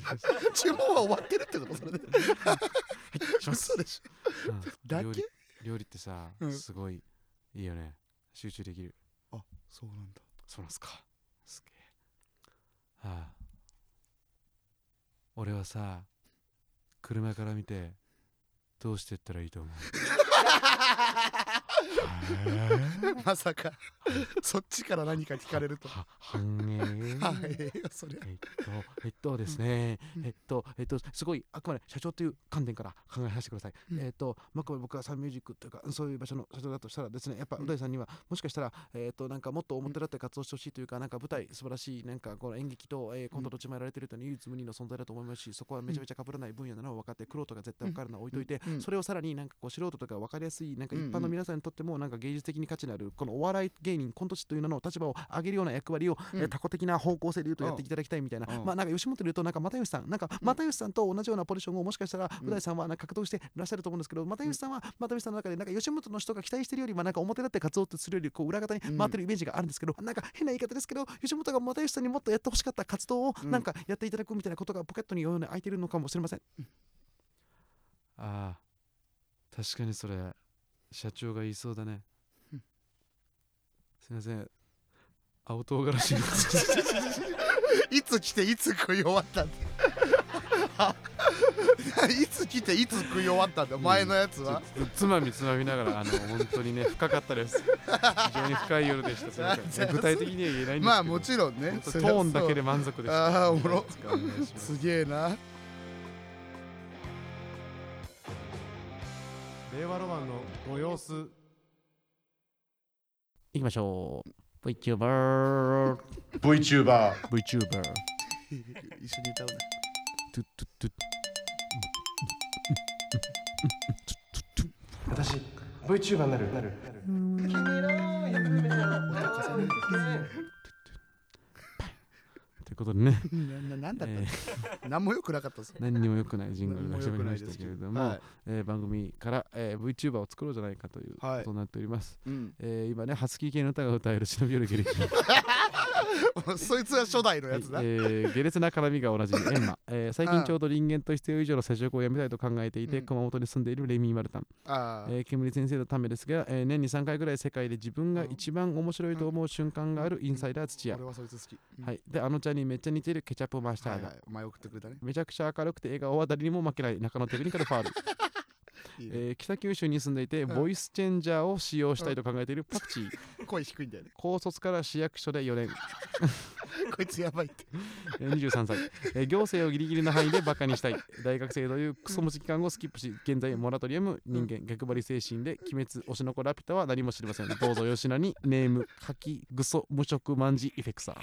S1: 始めました
S2: た注文は終わってるってことそれで
S1: はいします
S2: 嘘でしょ
S1: うん
S2: だけ
S1: 料理料理ってさ、
S2: うん
S1: すごいいいよね集中できる
S2: そうなんだ
S1: そうなんすかすげえはあ俺はさ車から見てどうしてったらいいと思うへえ
S2: まさかそっちから何か聞かれるとは
S1: は反映
S2: いそれ
S1: えっと、えっとですね、えっと、えっと、すごい、あくまで社長という観点から考えさせてください。
S2: うん
S1: えっと、まあ、これ僕はサンミュージックというか、そういう場所の社長だとしたらですね、やっぱ、う大さんには、もしかしたら、えっと、なんかもっと表立って活動してほしいというか、なんか舞台、素晴らしい、なんかこの演劇と、えー、コントどっちもやられてるというのは唯一無二の存在だと思いますし、そこはめちゃめちゃ被らない分野なのを分かって、苦労とか絶対分かるのは置いといて、
S2: うん
S1: それをさらになんかこう素人とか分かりやすいなんか一般
S2: うんう
S1: の
S2: ん
S1: 皆さんにとってもなんか芸術的に価値のあるこのお笑い芸人コント師という名の立場を上げるような役割を、
S2: うん
S1: えー多個的な方向性で言うとやっていただきたいみたいな、
S2: うん
S1: まあなんか吉本で言うとなんか又吉さんなんか
S2: ん
S1: 又吉さんと同じようなポジションをもしかしたら
S2: うん
S1: う大さんはなんか格闘してらっしゃると思うんですけど又吉さんは又吉さんの中でなんか吉本の人が期待してるよりはなんか表立って活動ってするよりこう裏方に回ってるイメージがあるんですけど、なんか変な言い方ですけど吉本が又吉さんにもっとやってほしかった活動を
S2: うん
S1: なんかやっていただくみたいなことがポケットにように空いてるのかもしれません。ああ確かにそれ社長が言いそうだね
S2: うん
S1: すいません青唐辛子の
S2: いつ来ていつ食い終わったんだいつ来ていつ食い終わったんだ前のやつは、
S1: つつまみつまみながらあの本当にね深かったです非常に深い夜で したすいません具体的には言えないんですけど
S2: まあもちろんね
S1: 本当トーンだけで
S2: も
S1: 満足でした
S2: あーおもろ
S1: いつかお願いします
S2: すげえな
S3: 令和ロマンのご様子
S1: 行きましょう VTuber
S3: VTuber
S1: VTuber
S2: 一緒に歌うな
S1: トゥトゥトゥ
S4: 私 VTuber になるなる
S1: ということでね、
S2: なななんだった、
S1: えー
S2: 何もよくなかったですね
S1: 何にも良くないジングルが
S2: 何
S1: 始
S2: も
S1: ま
S2: 良
S1: りま
S2: くない
S1: し
S2: で
S1: た
S2: す
S1: け
S2: け
S1: れ
S2: ど
S1: ども、
S2: はい
S1: えー番組から、えー、VTuber を作ろうじゃないかというこ
S2: はい
S1: とになっております、
S2: うん、
S1: えー今ねハスキー系の歌が歌える忍び寄るゲレキ
S2: そいつは初代の
S1: はい
S2: やつだ、
S1: えー下劣な絡みが同じエンマ、えー最近ちょうど人間と必要以上の接触をやめたいと考えていて、
S2: うん
S1: 熊本に住んでいるレミー・マルタン、
S2: ああ、
S1: えー、煙先生のためですが、えー年に3回ぐらい世界で自分が一番面白いと思う瞬間があるインサイダー土屋、
S2: 俺はそいつ好き、うん
S1: はい、であのちゃんにめっちゃ似ているケチャップマスター
S2: は
S1: だ、
S2: いはい、お前送ってくれたね
S1: めちゃくちゃ明るくて笑顔は誰にも負けない中野テクニカルファール、
S2: いいね
S1: えー北九州に住んでいて
S2: うん
S1: ボイスチェンジャーを使用したいと考えているパクチー
S2: 声低いんだよね
S1: 高卒から市役所で4年、
S2: こいつやばいって
S1: えー23歳、えー行政をギリギリの範囲でバカにしたい大学生というクソ持ち期間をスキップし現在モラトリアム人間逆張り精神で鬼滅推しの子ラピュタは何も知りませんどうぞ吉名にネーム柿グソ無職マンジイフェクサー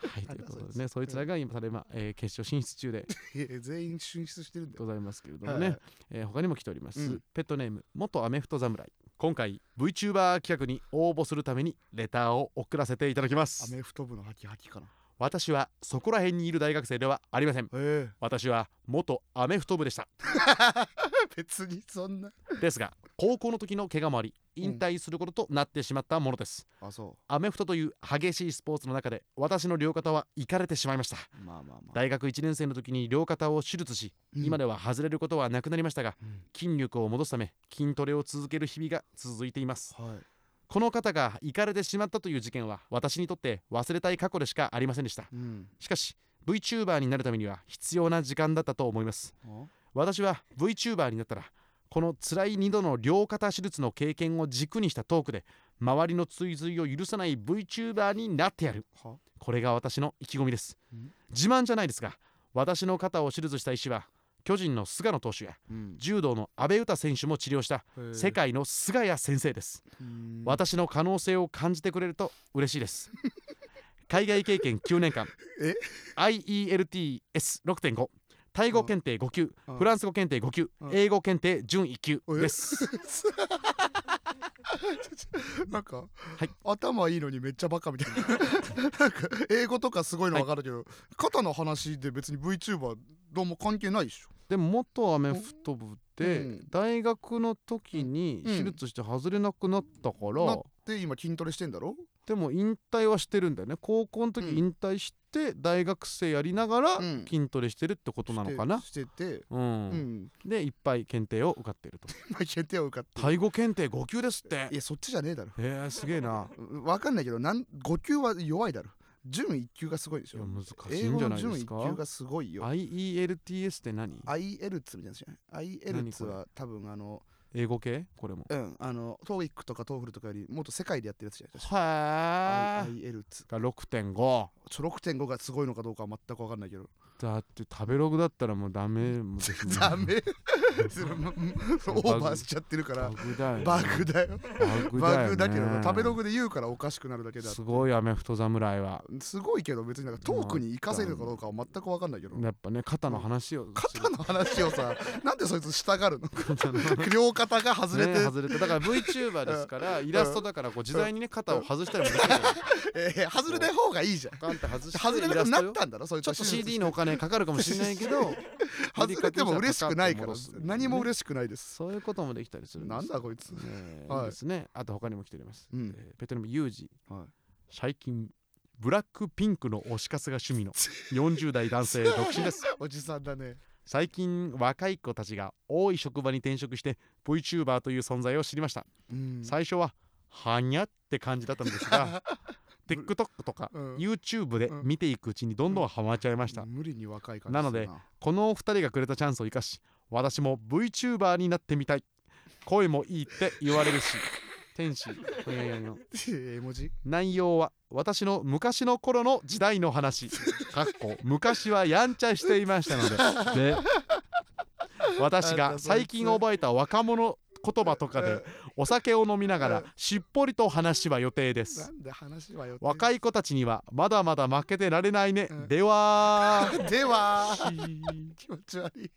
S1: はいということでねそいつらが今ただいま、えー決勝進出中で
S2: いや全員進出してるんだよ
S1: ございますけれどもね、
S2: はい
S1: えー他にも来ております、
S2: うん
S1: ペットネーム元アメフト侍今回 VTuber 企画に応募するためにレターを送らせていただきま
S2: ア
S1: す
S2: メフト部のハキハキかな
S1: 私はそこら辺にいる大学生ではありません
S2: え
S1: 私は元アメフト部でした
S2: え別にそんな
S1: ですが高校の時の怪我もあり引退することとなってしまったものです、
S2: あそ
S1: アメフトという激しいスポーツの中で私の両肩は行かれてしまいました
S2: うまあまあまあ
S1: 大学1年生の時に両肩を手術し今
S2: で、
S1: では外れることはなくなりましたが、
S2: うん
S1: 筋力を戻すため筋トレを続ける日々が続いています
S2: はい
S1: この方が行かれてしまったという事件は私にとって忘れたい過去でしかありませんでした
S2: うん
S1: しかし VTuber になるためには必要な時間だったと思います
S2: あ
S1: 私は VTuber になったらこの辛い2度の両肩手術の経験を軸にしたトークで周りの追随を許さない VTuber になってやる
S2: は
S1: これが私の意気込みです
S2: うん
S1: 自慢じゃないですが私の肩を手術した医師は巨人の菅野投手や
S2: うん
S1: 柔道の阿部詩選手も治療した
S2: へえ
S1: 世界の菅谷先生です
S2: うん
S1: 私の可能性を感じてくれると嬉しいです 海外経験9年間
S2: え
S1: IELTS6.5 タイ語検定5級
S2: うん
S1: フランス語検定5級
S2: うん
S1: 英語検定準1級
S2: え
S1: です
S2: なんか、
S1: はい
S2: 頭いいのにめっちゃバカみたいな なんか英語とかすごいの分かるけど、肩の話で別に VTuber どうも関係ないでしょ
S1: でも元アメフト部で、
S2: うん
S1: 大学の時に
S2: うん
S1: 手術して外れなくなったから、
S2: なで今筋トレしてんだろ
S1: でも引退はしてるんだよね高校の時
S2: うん
S1: 引退して大学生やりながら
S2: うん
S1: 筋トレしてるってことなのかな、
S2: してしてて
S1: うん
S2: うん
S1: でいっぱい検定を受かってると
S2: まあ決定を受かって
S1: タイ語検定5級ですって
S2: いやそっちじゃねえだろ
S1: えー、すげえな
S2: うわかんないけどなん5級は弱いだろ準1級がすごいでし
S1: いや
S2: ょ
S1: 難しいんじゃないです
S2: 英語の準1級
S1: か
S2: がすごいよ
S1: IELTS って何
S2: IL ツみたいなやつじゃない IL
S1: 何
S2: ツ
S1: これ
S2: は多分あの
S1: 英語系これも
S2: うんあの TOEIC とか TOEFL とかよりもっと世界でやってるやつじゃない
S1: はえ
S2: IL ツ
S1: が6.5
S2: ちょ6.5がすごいのかどうかは全くわかんないけど
S1: だって食べログだったらもうダメもう
S2: ダメそれもそれオ
S1: バグ
S2: ーバーしちゃってるから
S1: バグだよ、ね、
S2: バグだ
S1: バ
S2: よ
S1: グだよ
S2: バ
S1: ね
S2: グだけど食べログで言うからおかしくなるだけだ
S1: すごいアメフト侍は
S2: すごいけど別になんかトークに活かせるかどうかは全くわかんないけど
S1: やっぱね肩の話を
S2: 肩の話をさなんでそいつしたがるの
S1: 肩の
S2: 両肩が外れて
S1: ね、外れてだから VTuber ですからイラストだからこう自在にね肩を外したりもできるじゃない
S2: えー外れない方がいいじゃん
S1: ガンって外して
S2: 外れなくなったんだろそい
S1: ち
S2: つ
S1: ょ
S2: は
S1: っと CD のお金かかるかもしれないけ ど
S2: 外れても嬉しくないから何も
S1: し
S2: 嬉しくないです
S1: そういうこともできたりする
S2: なん
S1: です
S2: だこいつ
S1: ねえ
S2: はい
S1: いいですねあと他にも来ております、
S2: うん
S1: えーペトロムユージ
S2: はい
S1: 最近ブラックピンクの推し活が趣 味の40代男性独身です
S2: おじさんだね
S1: 最近若い子たちが多い職場に転職して VTuber という存在を知りました
S2: うん
S1: 最初ははにゃって感じだったのです が TikTok とか
S2: うん
S1: YouTube で見ていくうちにどんどんハマっちゃいました
S2: 無理に若い感じ
S1: なのです
S2: る
S1: このお二人がくれたチャンスを生かし私も VTuber になってみたい声もいいって言われるし天使ほにゃにゃにゃ
S2: 絵文字
S1: 内容は私の昔の頃の時代の話かっこ昔はやんちゃしていましたのでで私
S2: あん
S1: が
S2: たそいつ
S1: 最近覚えた若者言葉とかでお酒を飲みながらしっぽりと話は予定で
S2: な
S1: す
S2: んで話はよ
S1: 若
S2: い
S1: い子たちにはまだまだ負けてられないね、
S2: うん
S1: では
S2: では
S1: シー
S2: 気持ち悪い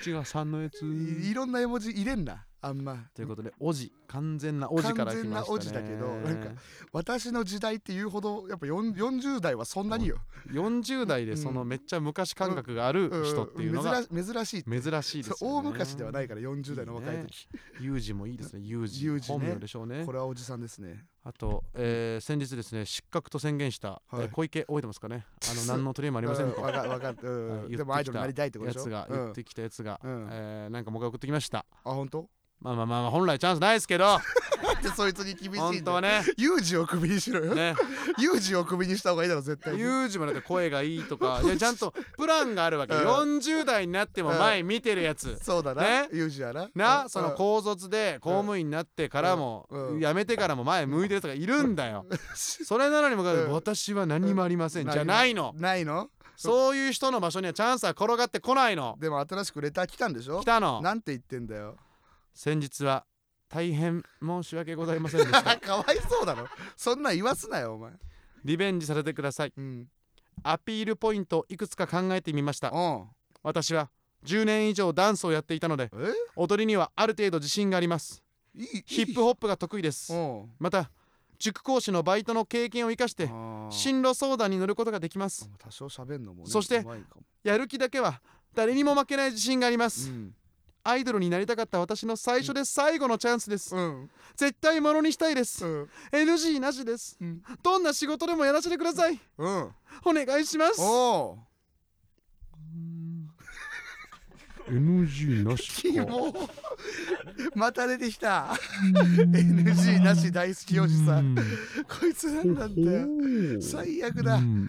S1: 口が3のやつ
S2: いいろんな絵文字入れんなあんま
S1: ということでおじ完全なおじから来ましたね
S2: 完全なおじだけどなんか私の時代っていうほどやっぱよん40代はそんなによ
S1: 40代でそのめっちゃ昔感覚がある人っていうのが
S2: うん珍珍しいって
S1: 珍しいです
S2: そう
S1: よね
S2: 大昔ではないから40代の若い
S1: いいね
S2: 時
S1: ユージもいいです ねユージ
S2: ユージね
S1: 本名でしょうね
S2: これはおじさんですね
S1: あと、えー先日ですね失格と宣言した、えー
S2: はい
S1: 小池覚えてますかねあ の何の取り柄もありません
S2: う
S1: と
S2: わかわかる
S1: はい
S2: うん
S1: 言
S2: でもア
S1: っ
S2: イ
S1: てき
S2: ドルに
S1: た
S2: なりたいってこと
S1: や
S2: でしょ
S1: つが
S2: う
S1: 言っ
S2: ん
S1: てきたやつが、
S2: うん
S1: えーなんかもう一回送ってきました
S2: あ 本当
S1: まあまあまあまあ本来チャンスないですけど
S2: なんでそいつに 厳しい
S1: 本
S2: ん
S1: 当は
S2: だ よ
S1: ね
S2: ユージをクビにしろよ
S1: ね
S2: ユージをクビにした方がいいだろ絶対に
S1: ユージもだって声がいいとかいやちゃんとプランがあるわけ
S2: うん
S1: 40代になっても前見てるやつ
S2: そうだな
S1: ね
S2: ユージはなう
S1: なんその高卒で公務員になってからも
S2: うんうん
S1: 辞めてからも前向いてる人がいるんだよ それなのにもかかわらず
S2: うん
S1: 私は何もありませんじゃないの
S2: ないの
S1: そういう人の場所にはチャンスは転がってこないの
S2: でも新しくレター来たんでしょ
S1: 来たの
S2: なんて言ってんだよ
S1: 先日は大変申し訳ございませんでし た
S2: かわいそうだろそんなん言わすなよお前
S1: リベンジさせてください
S2: うん
S1: アピールポイントいくつか考えてみました
S2: うん
S1: 私は10年以上ダンスをやっていたので
S2: え
S1: 踊りにはある程度自信があります
S2: いい
S1: ヒップホップが得意です
S2: ホ
S1: また塾講師のバイトの経験を生かして
S2: ッ
S1: 進路相談に乗ることができます
S2: 多少喋んのもね
S1: そして
S2: うまいかも
S1: やる気だけは誰にも負けない自信があります、
S2: うん
S1: アイドルになりたかった私の最初で最後のチャンスです、
S2: うん
S1: 絶対ものにしたいです、
S2: うん
S1: NG なしです、
S2: うん
S1: どんな仕事でもやらせてください
S2: うん
S1: お願いします
S2: おう
S1: NG なし
S2: キ モまた出てきた NG なし大好きおじさんこいつなんなんだよ最悪だどん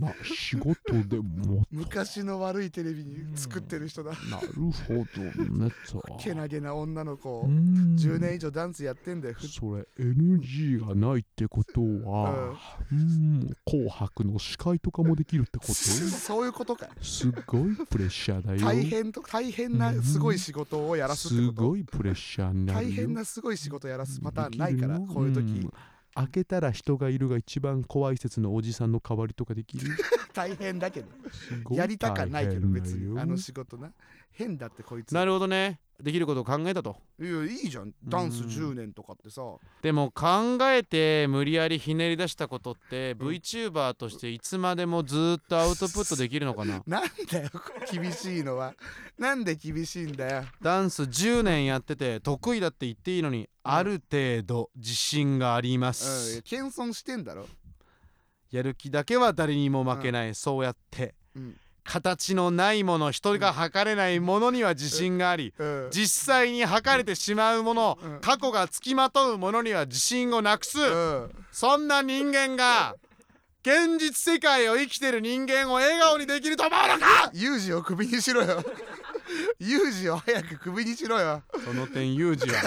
S1: な仕事でも
S2: 昔の悪いテレビに作ってる人だ
S1: なるほどねと
S2: けなげな女の子10
S1: 10
S2: 年以上ダンスやってんだよ
S1: それ NG がないってこと
S2: は、
S1: うん、紅白の司会とかもできるってこ
S2: そういうことか
S1: すごいプレッシャーだ
S2: 大変と大変なすごい仕事をやらすってこと
S1: いプレッシャーに
S2: 大変なすごい仕事やらすパターンないからこういう時
S1: 開けたら人がいるが一番怖い説のおじさんの代わりとかできる
S2: 大変だけどやりたかないけど別にあの仕事な変だってこいつ
S1: なるほどねできることを考えたと
S2: いやいいじゃんダンス10年とかってさ
S1: でも考えて無理やりひねり出したことって、VTuber としていつまでもずーっとアウトプットできるのかな
S2: なんだよ厳しいのはなんで厳しいんだよ
S1: ダンス10年やってて得意だって言っていいのにある程度自信がありま
S2: うん
S1: す、
S2: 謙遜してんだろ
S1: やる気だけは誰にも負けない、そうやって、
S2: うん
S1: 形のないもの人が測れないものには自信があり、
S2: うん
S1: 実際に測れてしまうもの、
S2: うん
S1: 過去がつきまとうものには自信をなくす、
S2: うん
S1: そんな人間が現実世界を生きてる人間を笑顔にできると思うのか
S2: ユージをクビにしろよユージを早くクビにしろよ
S1: その点ユージは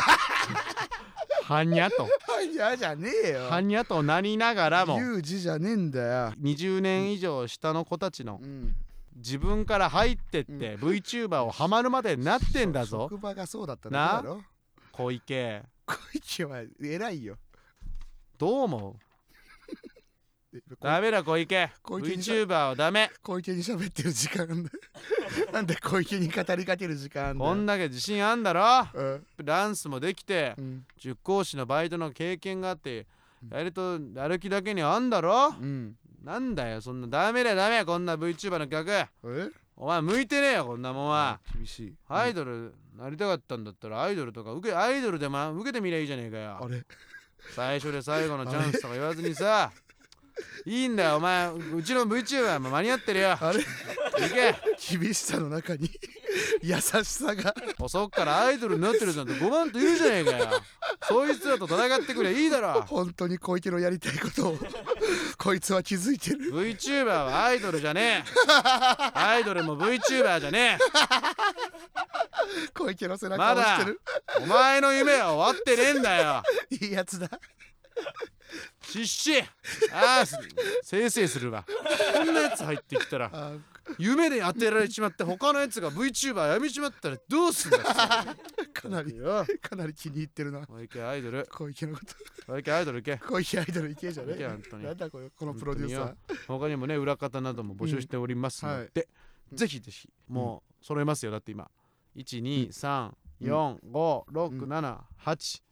S1: はにゃと
S2: いやじゃねえよ
S1: はにゃとなりながらも
S2: ユージじゃねえんだよ
S1: 20年以上下の子たちの
S2: うん
S1: 自分から入ってって VTuber をハマるまでになってんだぞ
S2: 職場がそうだった
S1: な
S2: だけだろ
S1: 小池
S2: 小池は偉いよ
S1: どう思
S2: え
S1: うダメだ小池
S2: 小池にさ
S1: VTuber はダメ
S2: 小池に喋ってる時間あんだ なんで小池に語りかける時間あんだよ
S1: こんだけ自信あんだろ
S2: うん
S1: ダンスもできて
S2: うん
S1: 塾講師のバイトの経験があってやると歩きだけにあんだろ
S2: うん
S1: なんだよそんなダメだよダメだよこんな VTuber の企画
S2: え
S1: お前向いてねえよこんなもんは
S2: 厳しい
S1: アイドルなりたかったんだったらアイドルとか受けアイドルでも受けてみりゃいいじゃねえか
S2: あ
S1: よ
S2: れ
S1: 最初で最後のチャンスとか言わずに さいいんだよお前うちの VTuber も間に合ってるよ
S2: あれ
S1: 行け
S2: 厳しさの中に 優しさが
S1: 遅っからアイドルになってるなんて5万と言うじゃねえかよそいつらと戦ってくりゃいいだろ
S2: 本当に小池のやりたいことをこいつは気づいてる
S1: VTuber はアイドルじゃ ねえアイドルも VTuber じゃね
S2: 小池の背
S1: え
S2: 中
S1: ま
S2: を押し
S1: だ
S2: てる、
S1: お前の夢は終わってねえんだよ
S2: いいやつだ
S1: 必死ああせいせいするわこんなやつ入ってきたら
S2: あ
S1: 夢で当てられちまって他のやつが VTuber やめちまったらどうすん だ
S2: かなり
S1: よ
S2: かなり気に入ってるな
S1: 小池アイドル
S2: 小池のこと
S1: 小池アイドル行け
S2: 小池アイドルいけじゃね
S1: いけ本当に
S2: なんだこれこのプロデューサ
S1: 他にもね裏方なども募集しておりますので、
S2: うんはい
S1: ぜひぜひもう揃えますよだって今1234567
S2: ー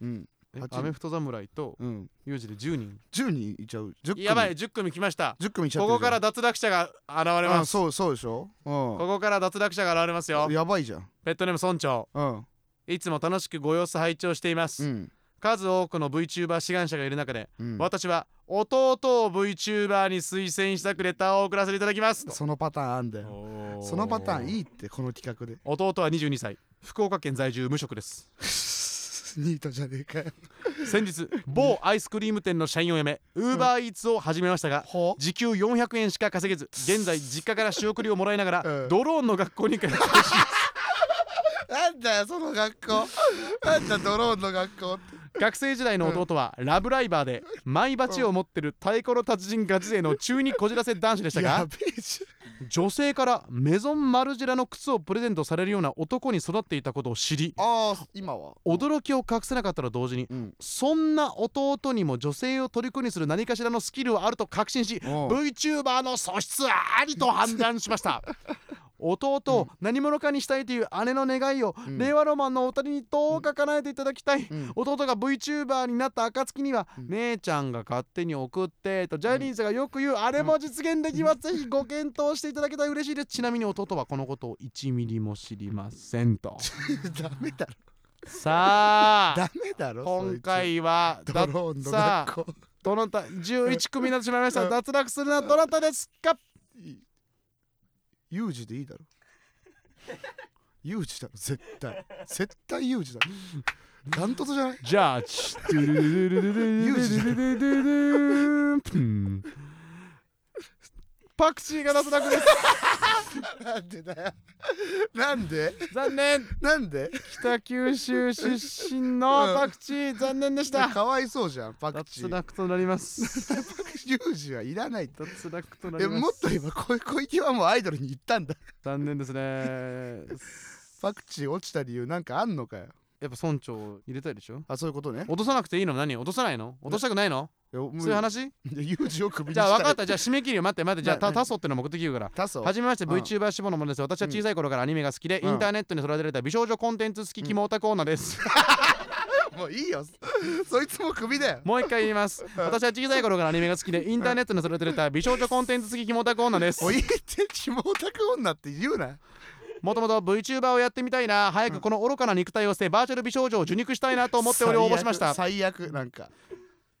S2: うん八
S1: アメフト侍と
S2: うん
S1: ユージで10人
S2: 10人いちゃう10組
S1: やばい10組来ました
S2: 10組いちゃ
S1: こ
S2: ってる
S1: こ
S2: じ
S1: か
S2: ゃ
S1: ら
S2: ん
S1: 脱落者が現れ
S2: あ
S1: ます
S2: そうそうでしょ
S1: ここから脱落者が現れます
S2: う
S1: よ
S2: んやばいじゃん
S1: ペットネーム村長
S2: うん
S1: いつも楽しくご様子拝聴しています、
S2: うん
S1: 数多くの VTuber 志願者がいる中で、
S2: うん
S1: 私は弟を VTuber に推薦したくレターを送らせていただきますと
S2: そのパターンあんだよそのパターンいいってこの企画 で
S1: 弟は22歳福岡県在住無職です
S2: ニートじゃねえかよ
S1: 先日某アイスクリーム店の社員を辞め UberEats を始めましたが
S2: ほ
S1: 時給400円しか稼げず現在実家から仕送りをもらいながら、
S2: うん
S1: ドローンの学校に 通って
S2: なんだよその学校なんだドローンの学校って
S1: 学生時代の弟はラブライバーでマイバチを持ってる太鼓の達人ガチ勢の中二こじらせ男子でした
S2: や
S1: が
S2: べえじ
S1: 女性からメゾンマルジェラの靴をプレゼントされるような男に育っていたことを知り
S2: ゃんああ今は
S1: 驚きを隠せなかったの同時に
S2: うん
S1: そんな弟にも女性を虜にする何かしらのスキルはあると確信し
S2: おう
S1: VTuber の素質ありと判断しました 弟を何者かにしたいという姉の願いを、
S2: うん
S1: 令和ロマンのお二人にどうか叶えていただきたい、
S2: うん
S1: 弟が VTuber になった暁には、
S2: ん
S1: 姉ちゃんが勝手に送ってとジャニーズがよく言う、あれも実現できます、ぜひご検討していただけたら嬉しいですちなみに弟はこのことを1ミリも知りません と
S2: ダメだろ
S1: さあ
S2: ダメだろそいつ
S1: 今回は
S2: ド
S1: だ
S2: ローンの
S1: さあ
S2: 学校
S1: どなた11組になってしまいました
S2: うん
S1: 脱落するのはどなたですか
S2: 有事でいいだろ有事だろ絶対絶対有事だろダントツじゃない
S1: ジャッジパクチーが脱落です
S2: なんでだよなんで
S1: 残念
S2: なんで
S1: 北九州出身のパクチー残念でした
S2: かわいそうじゃんパクチ
S1: 脱
S2: ー
S1: 落となり ます
S2: 有事はいらないと
S1: 脱落とな
S2: え
S1: りま
S2: もっ
S1: す
S2: と今小小池はもうアイドルに行ったんだ
S1: 残念ですね
S2: パクチー落ちた理由なんかあんのかよ
S1: やっぱ村長入れたいでしょ
S2: あそういうことね
S1: 落とさなくていいの何落とさないの落としたくないのそういう話
S2: ユージを首にし
S1: じ
S2: た
S1: ゃあ分かっ
S2: い
S1: たじゃあ締め切るよ待って待って じゃあ
S2: な
S1: たタソっていうの目的言うから
S2: タソ
S1: はじめまして
S2: うん
S1: VTuber 志望のものです私は小さい頃からアニメが好きで、
S2: うん
S1: インターネットに育てられた美少女コンテンツ好きキモオタコーナーです、
S2: もういいよそいつも首だよ
S1: もう一回言います私は小さい頃からアニメが好きでインターネットに育てられた美少女コンテンツ好きキモオタコーナーです
S2: もういいってキモオタク女って言うな
S1: もともと VTuber をやってみたいな早くこの愚かな肉体を捨てバーチャル美少女を受肉したいなと思っており応募しました
S2: 最悪最悪なんか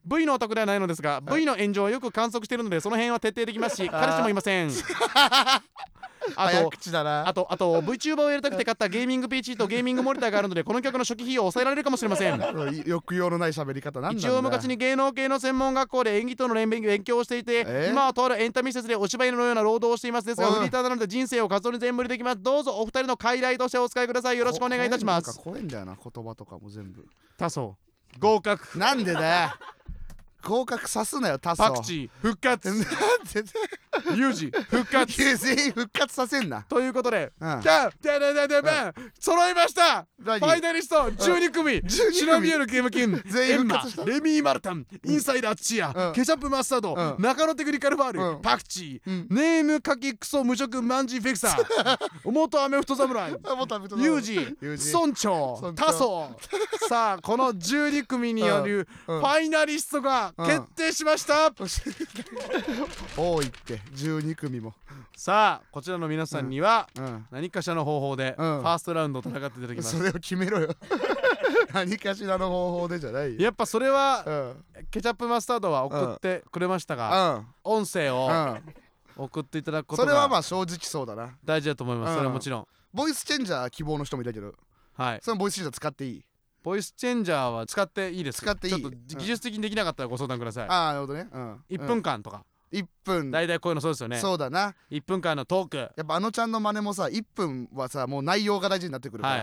S1: V のお宅ではないのですが V の炎上はよく観測しているのでその辺は徹底できますし
S2: ー
S1: 彼氏もいませんあ
S2: 早
S1: と
S2: 口だな
S1: あとあと VTuber をやりたくて買ったゲーミング PC とゲーミングモニターがあるのでこの曲の初期費用を抑えられるかもしれません
S2: うんい抑揚のない喋り方なんなんだ
S1: 一応昔に芸能系の専門学校で演技との連勉勉強をしていて、
S2: えー
S1: 今はとあるエンタメ施設でお芝居のような労働をしていますですが
S2: うん
S1: フリーターなので人生を活動に全振りできますどうぞお二人の傀儡としてお使いくださいよろしくお願いいたしま
S2: なんか
S1: す
S2: 怖いんだよな言葉とかも全部
S1: 多層合格
S2: なんでだよ合格さすなよタソ
S1: パクチー復活
S2: なんで
S1: 有事復活
S2: だよ全員復活させんな
S1: ということで
S2: うん
S1: じゃあででででで揃いましたフ
S2: 何
S1: ァイナリスト12組
S2: 組
S1: シナビエルゲームキン
S2: 全
S1: エ
S2: 員
S1: ン
S2: 復
S1: マ
S2: 活した
S1: レミー・マルタンインサイダー・チア
S2: うん
S1: ケチャップマスタード
S2: うん
S1: 中野テクニカルファー
S2: う
S1: ル
S2: ん
S1: パクチ
S2: う
S1: ー
S2: ん
S1: ネームかきクソ無職マンジーフィクサ ー元アメフト侍
S2: あもう食べた
S1: ユージ
S2: ユージ
S1: 村長
S2: 村長
S1: タソ さあこの12組によるフ
S2: うん
S1: ァイナリストが決定しました
S2: 多いって12組も
S1: さあこちらの皆さんには
S2: うん
S1: 何かしらの方法でフ
S2: うん
S1: ァーストラウンドを戦っていただきます
S2: それを決めろよ何かしらの方法でじゃないよ
S1: やっぱそれ
S2: う
S1: は
S2: んうん
S1: ケチャップマスタードは送ってくれましたが音声
S2: う
S1: を
S2: ん
S1: 送っていただくこと
S2: それはま
S1: が
S2: あ正直そうだな
S1: 大事だと思います
S2: うん
S1: それはもちろん
S2: ボイスチェンジャー希望の人もいたけど
S1: はい
S2: そのボイスチェンジャー使っていい
S1: ボイスチェンジャーは使っていいです
S2: 使っていい
S1: ちょっと技術的にできなかったらご相談くださ
S2: ああなるほどねうん
S1: い1分間とか
S2: 1分
S1: 大体こういうのそうですよね
S2: そうだな
S1: 1分間のトーク
S2: やっぱあのちゃんの真似もさ1分はさもう内容が大事になってくるから、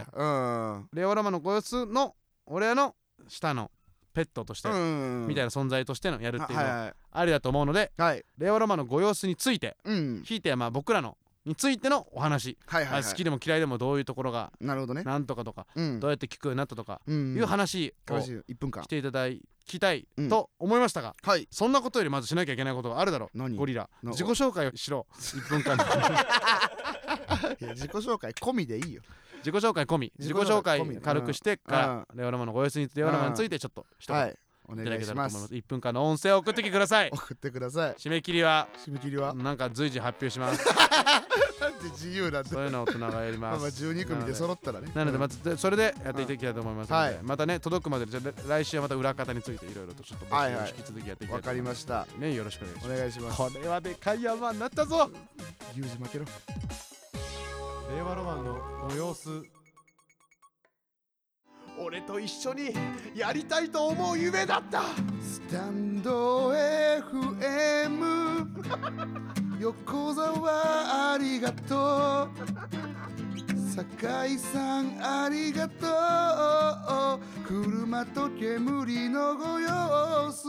S1: レオラマのご様子の俺らの下のペットとして
S2: うんうんうん
S1: みたいな存在としてのやるっていうの
S2: は
S1: はい
S2: はい
S1: ありだと思うので
S2: はい
S1: レオラマのご様子について
S2: うん
S1: ひいてはまあ僕らのについてのお話
S2: はいはい、
S1: ま
S2: は
S1: あ
S2: い、
S1: 好きでも嫌いでもどういうところが
S2: なるほどね
S1: なんとかとか
S2: うん
S1: どうやって聞くようになったとか
S2: うん
S1: いう話を
S2: 詳し
S1: し
S2: い1分間
S1: ていただきたい
S2: うん
S1: と思いましたが
S2: はい
S1: そんなことよりまずしなきゃいけないことがあるだろう
S2: 何
S1: ゴリラ
S2: な
S1: 自己紹介をしろ1分 間で
S2: いや自己紹介込みでいいよ
S1: 自己紹介込み自己
S2: 自己
S1: 紹
S2: 紹介
S1: 介
S2: 込み
S1: 軽くしてからレオラマのご様子にレオラマについてちょっと一言
S2: はいお
S1: いただ
S2: 願い
S1: けたら
S2: しま
S1: と思いますす1分間の音声を送ってきてください
S2: 送ってください
S1: 締め切りは
S2: 締め切りは
S1: なんか随時発表します
S2: なんで自由なんて
S1: そういうのを大人がやり
S2: ま
S1: ま
S2: あまあ
S1: す
S2: 12組で揃ったらね
S1: なのでまずでそれでやっていきたいと思いますので、
S2: はい
S1: またね届くまでじゃあ来週はまた裏方についていろいろとちょっと募集を引き続きやっていきた
S2: わ
S1: いと
S2: か
S1: 思
S2: り
S1: い
S2: ま
S1: ます、
S2: した
S1: ねよろしくお願いします
S2: お願いします
S1: これはでかい山になったぞ
S2: ユージ負けろ
S3: 令和ロマンのご様子
S1: 俺と一緒にやりたいと思う夢だった
S2: スタンド FM 横澤ありがとう酒井さんありがとう車と煙のご様子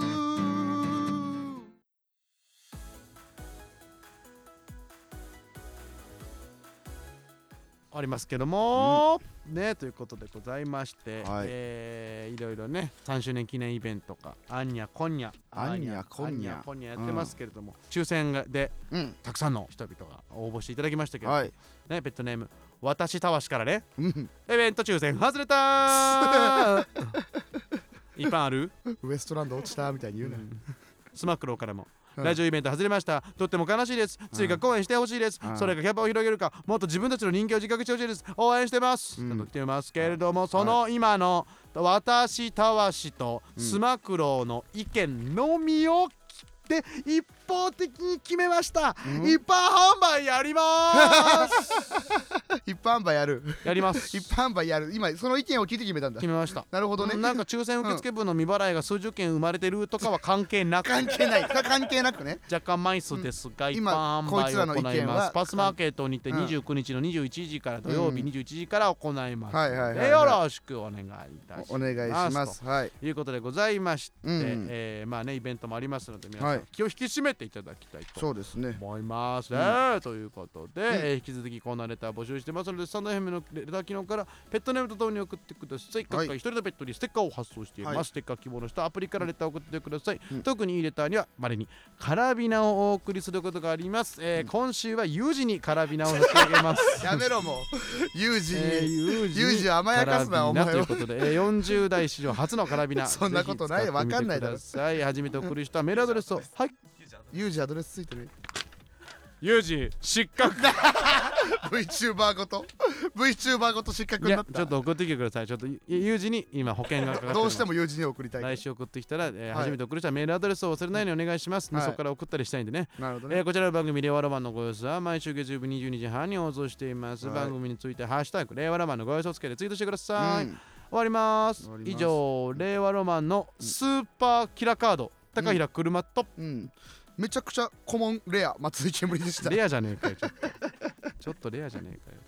S1: ありますけども、ねということでございまして、
S2: はい
S1: えーいろいろね3周年記念イベントかあんにゃこんにゃ
S2: あんにゃこんにゃ
S1: ああこんにゃやってますけれども、抽選がで
S2: うん
S1: たくさんの人々が応募していただきましたけど、
S2: はい
S1: ねペットネーム私たわしからね
S2: うん
S1: イベント抽選外れた ーいっぱいある
S2: ウエストランド落ちたみたいに言うな、
S1: スマックローからも
S2: うん
S1: ラジオイベント外れましたとっても悲しいです追加公演してほしいです
S2: うん
S1: それがキャパを広げるかもっと自分たちの人気を自覚してほしいです応援してます
S2: うん
S1: ちゃんと来てますけれどもその今の私たわしとスマクローの意見のみをで一方的に決めました
S2: うん
S1: 一般販売やり ます
S2: 一般販売やる
S1: やります
S2: 一般販売やる今その意見を聞いて決めたんだ
S1: 決めました
S2: なるほどね
S1: なんか抽選受付分の未払いが数十件生まれてるとかは関係なく
S2: 関係ない関係なくね
S1: 若干枚数ですが、一
S2: 今
S1: 般販売を
S2: こい
S1: 行
S2: つ
S1: い
S2: らの意見
S1: ます
S2: は
S1: パスマーケットにて
S2: うん
S1: 29日の21時から土曜日
S2: うん
S1: 21時から行います、
S2: はいはいはいはい
S1: でよろしくお願いいたします
S2: お願いしますはい
S1: ということでございまして、
S2: うん
S1: えーまあねイベントもありますので皆さん、
S2: はい
S1: 気を引き締めていただきたいと
S2: そうですね
S1: 思います、ねということで、えー引き続きこんなレター募集してますのでスタンド FM のレター機能からペットネームとともに送ってください各
S2: はい
S1: 回一人のペットにステッカーを発送しています、
S2: はい
S1: ステッカー希望の人アプリからレターを送ってください、
S2: うん
S1: 特にいいレターにはまれにカラビナをお送りすることがあります、えー
S2: うん
S1: 今週は有事にカラビナを差し上げます
S2: やめろもうユージ
S1: えー
S2: に
S1: 有
S2: ユージを甘やかすなお前
S1: カラビナ
S2: を
S1: ということで、えー40代史上初のカラビナ
S2: そんなことない
S1: ぜひ使ってみて
S2: わかんないだろ
S1: くさい初めて送る人はメールアドレスをはい
S2: ユージアドレスついてる
S1: 有事失格
S2: VTuber ごと VTuber ごと失格
S1: い
S2: にな
S1: や
S2: っ
S1: ちょ
S2: た
S1: っと送ってきてくださいちょっとゆ有事に今保険がかかってます
S2: どうしてもユージに送りたい
S1: 来週送ってきたら、えー
S2: はい
S1: 初めて送る人はメールアドレスを忘れないようにお願いします、ね
S2: はい
S1: そこから送ったりしたいんでね、
S2: なるほど
S1: え
S2: ね
S1: ーこちらの番組「令和ロマンのご様子」は毎週月曜日22時半に放送しています、
S2: はい
S1: 番組について「ハッシュタグ令和ロマンのご様子」をつけてツイートしてください、
S2: うん
S1: 終わります
S2: 終わります
S1: 以上令和ロマンのスーパーキラカード、高平車と、
S2: うんめちゃくちゃコモンレア松井煙でした
S1: レアじゃねえかよちょっとちょっとレアじゃねえかよ